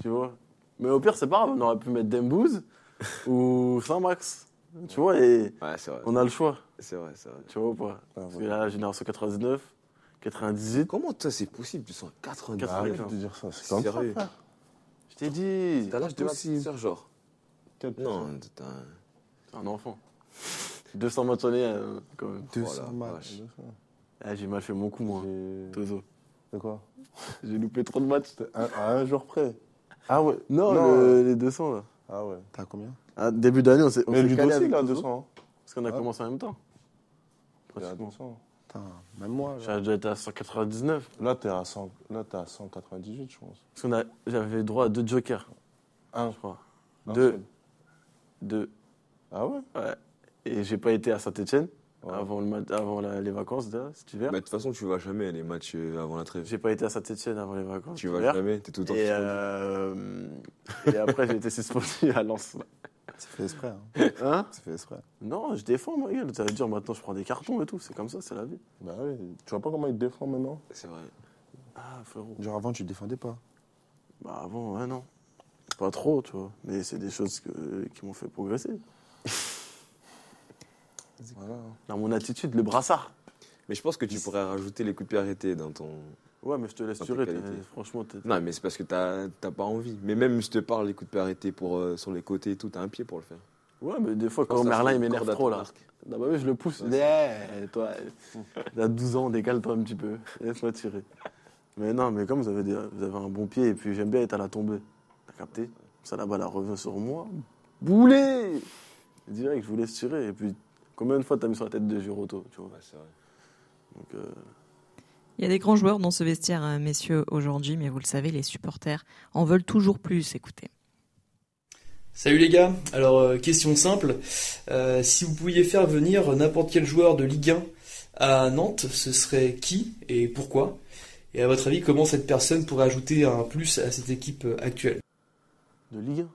S4: Tu vois. Mais au pire, c'est pas grave, on aurait pu mettre Dembouz ou Saint-Max. Tu vois, et
S6: Ouais, c'est vrai.
S4: on a le choix,
S6: C'est vrai, c'est vrai.
S4: tu vois ou pas
S3: Ah,
S4: Parce que
S3: voilà.
S4: là, génération 99, 98.
S6: Comment toi c'est possible Tu sens 90
S4: Arrête
S3: Arrête de dire ça. C'est comme ça.
S6: Sérieux
S4: Je t'ai dit.
S6: Bah T'as l'âge de ma petite sœur, genre.
S3: Quatre-
S6: Non, t'as un.
S4: un enfant. 200 matchs en est, euh, quand même.
S6: Oh la vache.
S4: Ah, j'ai mal fait mon coup, moi.
S3: J'ai-
S4: Tozo.
S3: De quoi
S4: J'ai loupé trop de matchs.
S3: un, à un jour près.
S4: Ah ouais Non,
S3: Non.
S4: le- les 200, là.
S3: Ah ouais.
S5: T'as combien
S4: Ah, début d'année, on s'est on
S3: Mais
S4: s'est
S3: du
S4: calé
S3: dossier,
S4: avec
S3: là,
S4: Tozo,
S3: 200.
S4: Parce qu'on a
S3: Ah.
S4: commencé en même temps.
S3: T'es à
S4: Pratiquement.
S3: 200.
S5: Putain, même moi. là.
S4: J'ai dû être à 199.
S3: Là, t'es à, 100 là, t'es à 198, je pense.
S4: Parce qu'on a, j'avais droit à deux jokers.
S3: Un.
S4: je crois.
S3: Un
S4: Deux.
S3: seul.
S4: Deux.
S3: Ah ouais
S4: Ouais. Et j'ai pas été à Saint-Etienne
S3: Ouais.
S4: avant, le mat- avant la- les vacances, là, cet hiver.
S6: Bah, De toute façon, tu vas jamais les matchs euh, avant la trêve.
S4: J'ai pas été à Saint-Etienne avant les vacances.
S6: Tu
S4: cet
S6: vas
S4: hiver.
S6: jamais, t'es tout le temps.
S4: Et, euh, et après, j'ai été suspendu à Lens.
S5: C'est fait exprès. Hein.
S4: Hein
S5: C'est fait exprès.
S4: Non, je défends, ma gueule. Ça veut dire maintenant, je prends des cartons et tout. C'est comme ça, c'est la vie.
S3: Bah ouais. Tu vois pas comment il te défend maintenant
S6: C'est vrai.
S4: Ah, frérot.
S5: Genre avant, tu te défendais pas.
S4: Bah, avant, ouais, non. Pas trop, tu vois. Mais c'est des choses que- qui m'ont fait progresser.
S3: Voilà.
S4: Là, mon attitude, le brassard.
S6: Mais je pense que tu pourrais rajouter les coups de pied arrêtés dans ton.
S4: Ouais, mais je te laisse
S6: Dans tes
S4: durer. t'es-
S6: qualités.
S4: Franchement, t'es-
S6: Non, mais c'est parce que t'as t'as pas envie. Mais même, je te parle, les coups de pied arrêtés pour, euh, sur les côtés et tout, t'as un pied pour le faire.
S4: Ouais, mais des fois,
S6: Pense
S4: quand
S6: à
S4: Oh, Merlin,
S6: son
S4: il m'énerve
S6: corde à
S4: trop,
S6: ton
S4: là.
S6: arc.
S4: Non, bah oui, je le pousse. Je dis, Hey, toi, eh, t'as 12 ans, décale-toi un petit peu. Laisse-moi tirer. Mais non, mais comme vous avez, des- vous avez un bon pied, et puis j'aime bien être à la tombée. T'as capté Ça, la balle, elle revient sur moi. Boulet Direct, je vous laisse tirer. Et puis, combien de fois t'as mis sur la tête de Giroto tu vois
S6: Ouais, c'est vrai.
S4: Donc, euh,
S2: Il y a des grands joueurs dans ce vestiaire, euh, messieurs, aujourd'hui, mais vous le savez, les supporters en veulent toujours plus, écoutez.
S12: Salut les gars, alors euh, question simple, Euh, si vous pouviez faire venir n'importe quel joueur de Ligue 1 à Nantes, ce serait qui et pourquoi? Et à votre avis, comment cette personne pourrait ajouter un plus à cette équipe euh, actuelle?
S4: de Ligue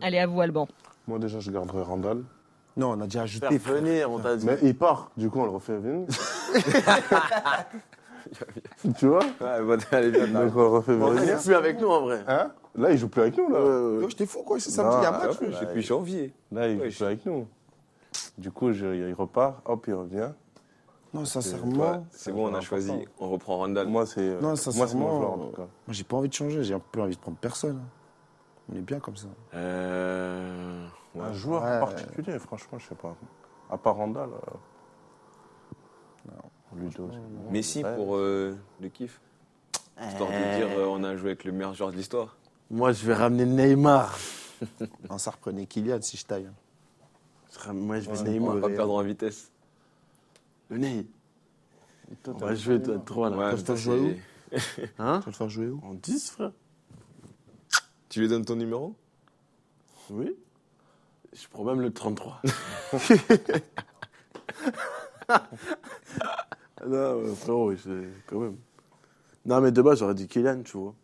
S8: Allez, à vous, Alban.
S3: Moi, déjà, je garderai Randall.
S5: Non, on a déjà
S4: 1.
S5: ajouté.
S4: Faire venir, on t'a dit.
S3: Mais il part. Du coup, on le refait venir. tu vois
S6: Ouais, bon, allez, viens, là.
S3: Donc on refait
S4: Bon, il
S3: venir.
S4: est plus avec nous en vrai.
S3: Hein Là, il joue plus avec nous, là.
S5: Non, J'étais fou, quoi. C'est samedi,
S3: Non,
S5: il y a un
S6: Ah
S5: match.
S6: ouais, Depuis janvier.
S3: Là, il
S6: Ouais,
S3: joue plus avec nous. Du coup, je- il repart, hop, il revient.
S5: Non,
S6: Ouais,
S5: sincèrement,
S6: C'est bon, on a choisi. On reprend Randall.
S3: Moi, c'est euh,
S5: Non,
S3: moi, c'est mon
S5: sincèrement,
S3: joueur, en tout cas.
S5: moi, j'ai pas envie de changer. J'ai plus envie de prendre personne. On est bien comme ça.
S6: Euh... ouais.
S3: Un joueur
S5: Ouais.
S3: particulier, franchement, je sais pas. À part Randall. Non. Ludo. c'est bon.
S6: Messi
S3: Ouais.
S6: pour euh, le kiff. Histoire de dire, euh, on a joué avec le meilleur joueur de l'histoire.
S4: Moi, je vais ramener Neymar.
S5: Non, ça reprenait Kylian si je taille. hein.
S4: Je ram- Moi, je vais
S6: On
S4: Neymar.
S6: va pas perdre en vitesse.
S4: Le Ney. On va jouer toi, trois là.
S6: Ouais,
S4: Toi,
S6: bah,
S4: joué
S6: c'est-
S4: Hein
S5: Tu vas le faire jouer où
S4: En 10, frère
S6: Tu lui donnes ton numéro
S4: Oui. Je prends même le 33. Ah non, mais frérot, je- quand même. Non, mais de base, j'aurais dit Kylian, tu vois.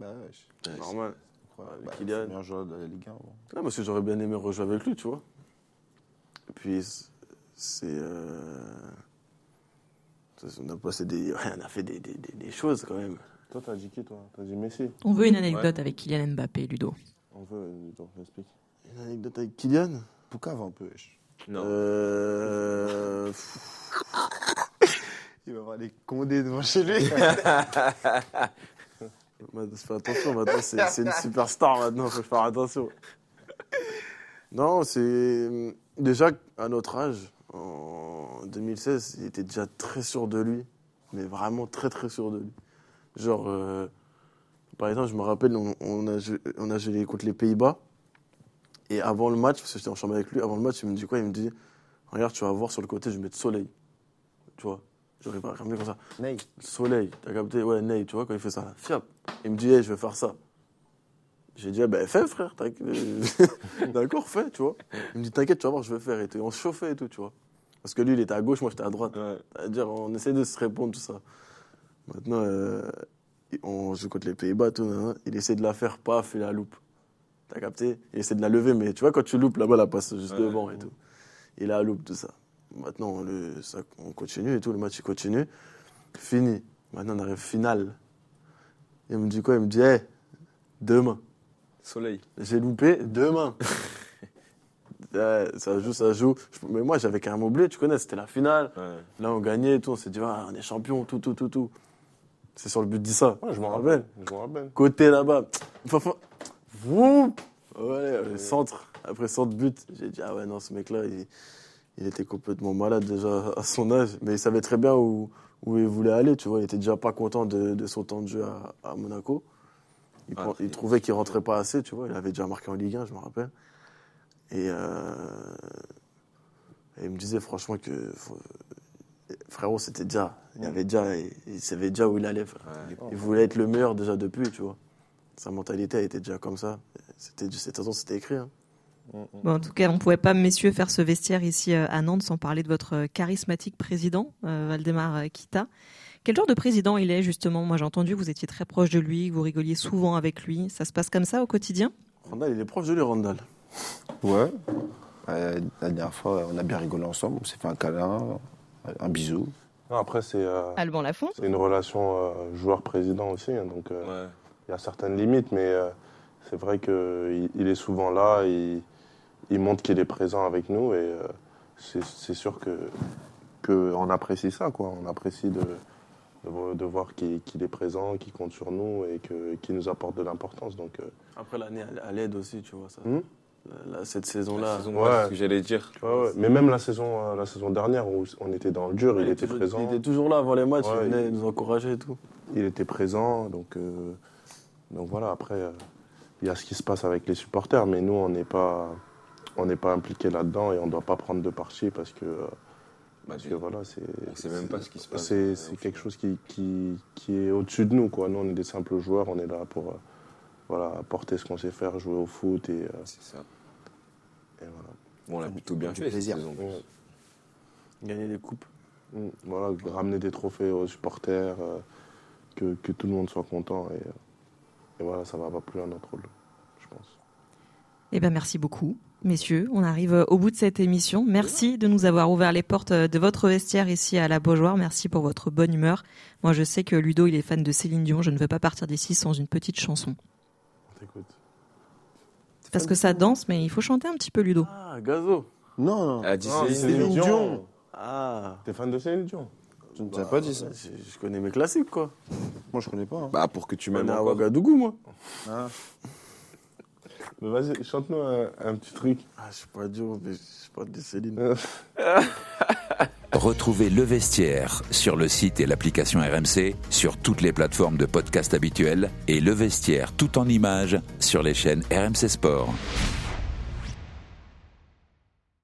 S5: Bah ouais, je-
S4: Normal.
S5: Bah,
S4: le
S5: bah,
S4: Kylian.
S5: c'est le meilleur joueur de la Ligue 1. bon.
S4: Non, parce que j'aurais bien aimé rejouer avec lui, tu vois. Et puis, c- c'est. euh, ça, On a passé des. ouais, on a fait des, des- des- des choses quand même.
S3: Toi, t'as dit qui, toi T'as dit Messi
S2: On veut une anecdote avec Kylian Mbappé, Ludo.
S3: On veut, euh, donc, explique.
S4: Une anecdote avec Kylian
S5: Poucave un peu. wesh.
S6: Non.
S4: Euh, pff,
S5: Il va avoir les condés devant chez lui.
S4: maintenant, Bah, Fais attention, maintenant, c'est c'est une superstar, maintenant, faut faire attention. Non, c'est. Déjà, à notre âge, en 2016, il était déjà très sûr de lui. Mais vraiment très, très sûr de lui. Genre, euh, par exemple, je me rappelle, on, on a, joué- on a joué contre les Pays-Bas. Et avant le match, parce que j'étais en chambre avec lui, avant le match, il me dit quoi Il me dit Regarde, tu vas voir sur le côté, je vais mettre soleil. Tu vois J'aurais pas comme ça.
S5: Ney.
S4: Soleil, t'as capté Ouais, Ney, tu vois, quand il fait ça, là, fiap. Il me dit, hey, je vais faire ça. J'ai dit, ah, ben fais, frère, t'inquiète. d'accord, fais, tu vois. Il me dit, t'inquiète, tu vas voir, je vais faire et tout. Et on se chauffait et tout, tu vois. Parce que lui, il était à gauche, moi, j'étais à droite.
S6: Ouais.
S4: C'est-à-dire, on essaie de se répondre, tout ça. Maintenant, euh, on joue contre les Pays-Bas, tout. nan, nan. Il essaie de la faire, paf, il la loupe. T'as capté Il essaie de la lever, mais tu vois, quand tu loupes, là-bas, la passe juste
S6: Ouais.
S4: devant et tout. Il la loupe, tout ça. Maintenant, on, le- ça- on continue et tout, le match, il continue. Fini. Maintenant, on arrive finale. Il me dit quoi Il me dit, hey, demain.
S6: Soleil.
S4: J'ai loupé demain. Ouais, ça joue, ça joue. Je- Mais moi, j'avais carrément oublié, tu connais, c'était la finale.
S6: Ouais.
S4: Là, on gagnait et tout. On s'est dit, Ah, on est champion, tout, tout, tout, tout. C'est sur le but de ça.
S3: Ouais, je m'en
S4: Ah
S3: rappelle. Je m'en rappelle.
S4: Côté là-bas. Enfin, enfin, Woup Ouais, le centre. Après centre but, j'ai dit, ah ouais, non, ce mec-là, il, il était complètement malade déjà à son âge. Mais il savait très bien où, où il voulait aller, tu vois. Il était déjà pas content de, de son temps de jeu à, à Monaco. Il,
S6: Ah,
S4: pen- il
S6: c'est-
S4: trouvait qu'il rentrait pas assez, tu vois. Il avait déjà marqué en Ligue 1, je me rappelle. Et, euh, et il me disait franchement que fr- frérot, c'était déjà. Il
S6: Mm.
S4: avait déjà, il, il savait déjà où il allait. frère.
S6: Ouais.
S4: Il voulait être le meilleur déjà depuis, tu vois. Sa mentalité elle était déjà comme ça. C'était, de toute façon, c'était écrit. hein.
S3: Mm,
S2: Bon, en tout cas, on ne pouvait pas, messieurs, faire ce vestiaire ici euh, à Nantes sans parler de votre euh, charismatique président, euh, Valdemar euh, Kita. Quel genre de président il est, justement Moi, j'ai entendu que vous étiez très proche de lui, que vous rigoliez souvent avec lui. Ça se passe comme ça au quotidien
S4: Randall, il est proche de lui, Randall.
S5: Ouais. Euh, la dernière fois, on a bien rigolé ensemble. On s'est fait un câlin, un bisou.
S3: Non, après, c'est euh,
S2: Ah
S8: Alban Lafont
S3: c'est une relation euh, joueur-président aussi. hein, donc, euh,
S6: Ouais.
S3: il y a certaines limites, mais euh, c'est vrai qu'il il est souvent là, il, il montre qu'il est présent avec nous et euh, c'est c'est sûr que qu'on apprécie ça, quoi. On apprécie de, de vo- de voir qu'il qu'il est présent, qu'il compte sur nous et que- qu'il nous apporte de l'importance. Donc, euh,
S4: Après l'année à l'aide aussi, tu vois ça.
S3: Hmm.
S4: Là, cette
S6: La
S4: saison-là.
S6: saison,
S3: Ouais. Bah,
S6: ouais, c'est ce que j'allais dire.
S3: ouais, ouais. Mais même la saison, euh, la saison dernière où on était dans le dur, il,
S4: il
S3: était
S4: toujours-
S3: présent.
S4: Il était toujours là avant les matchs,
S3: Ouais,
S4: il venait
S3: il-
S4: nous encourager et tout.
S3: il était présent. Donc, euh, donc voilà, après, euh, il y a ce qui se passe avec les supporters, mais nous, on n'est pas, on n'est pas impliqué là-dedans et on ne doit pas prendre de parti parce que, euh,
S6: Bah,
S3: parce que voilà, c'est.
S6: on sait même
S3: c'est-
S6: pas ce qui se passe,
S3: C'est
S6: euh,
S3: c'est
S6: au
S3: quelque
S6: final.
S3: chose qui, qui, qui est au-dessus de nous, quoi. Nous, on est des simples joueurs, on est là pour. euh, voilà, apporter ce qu'on sait faire, jouer au foot et, euh,
S6: C'est ça.
S3: et voilà.
S6: Bon, on l'a plutôt bien
S5: du
S6: fait
S5: plaisir.
S6: cette saison.
S4: Gagner des coupes.
S3: Mm, Voilà, ramener des trophées aux supporters, euh, que, que tout le monde soit content et, euh, et voilà, ça va pas plus à notre rôle, je pense.
S2: Eh bien, merci beaucoup. messieurs, on arrive au bout de cette émission. Merci de nous avoir ouvert les portes euh, de votre vestiaire ici à la Beaujoire. Merci pour votre bonne humeur. Moi, je sais que Ludo, il est fan de Céline Dion. Je ne veux pas partir d'ici sans une petite chanson.
S13: T'écoutes.
S2: Parce que ça danse, mais il faut chanter un petit peu, Ludo.
S13: Ah, Gazo.
S3: Non, non.
S6: Ah, dis
S3: Non,
S6: Céline
S3: Céline
S6: Dion.
S3: Dion.
S13: Ah.
S3: T'es fan de Céline Dion
S5: Tu ne nous as pas dit ça.
S13: Je, je connais mes classiques, quoi.
S5: Moi, je connais pas. hein.
S6: Bah, pour que tu
S13: On
S6: m'aimes
S13: est à
S6: encore.
S13: Ouagadougou, moi.
S3: Mais Vas-y, chante-nous un, un petit truc.
S13: Ah, je suis pas Dion, mais je suis pas de Céline.
S1: Retrouvez Le Vestiaire sur le site et l'application RMC, sur toutes les plateformes de podcast habituelles et Le Vestiaire tout en images sur les chaînes RMC Sport.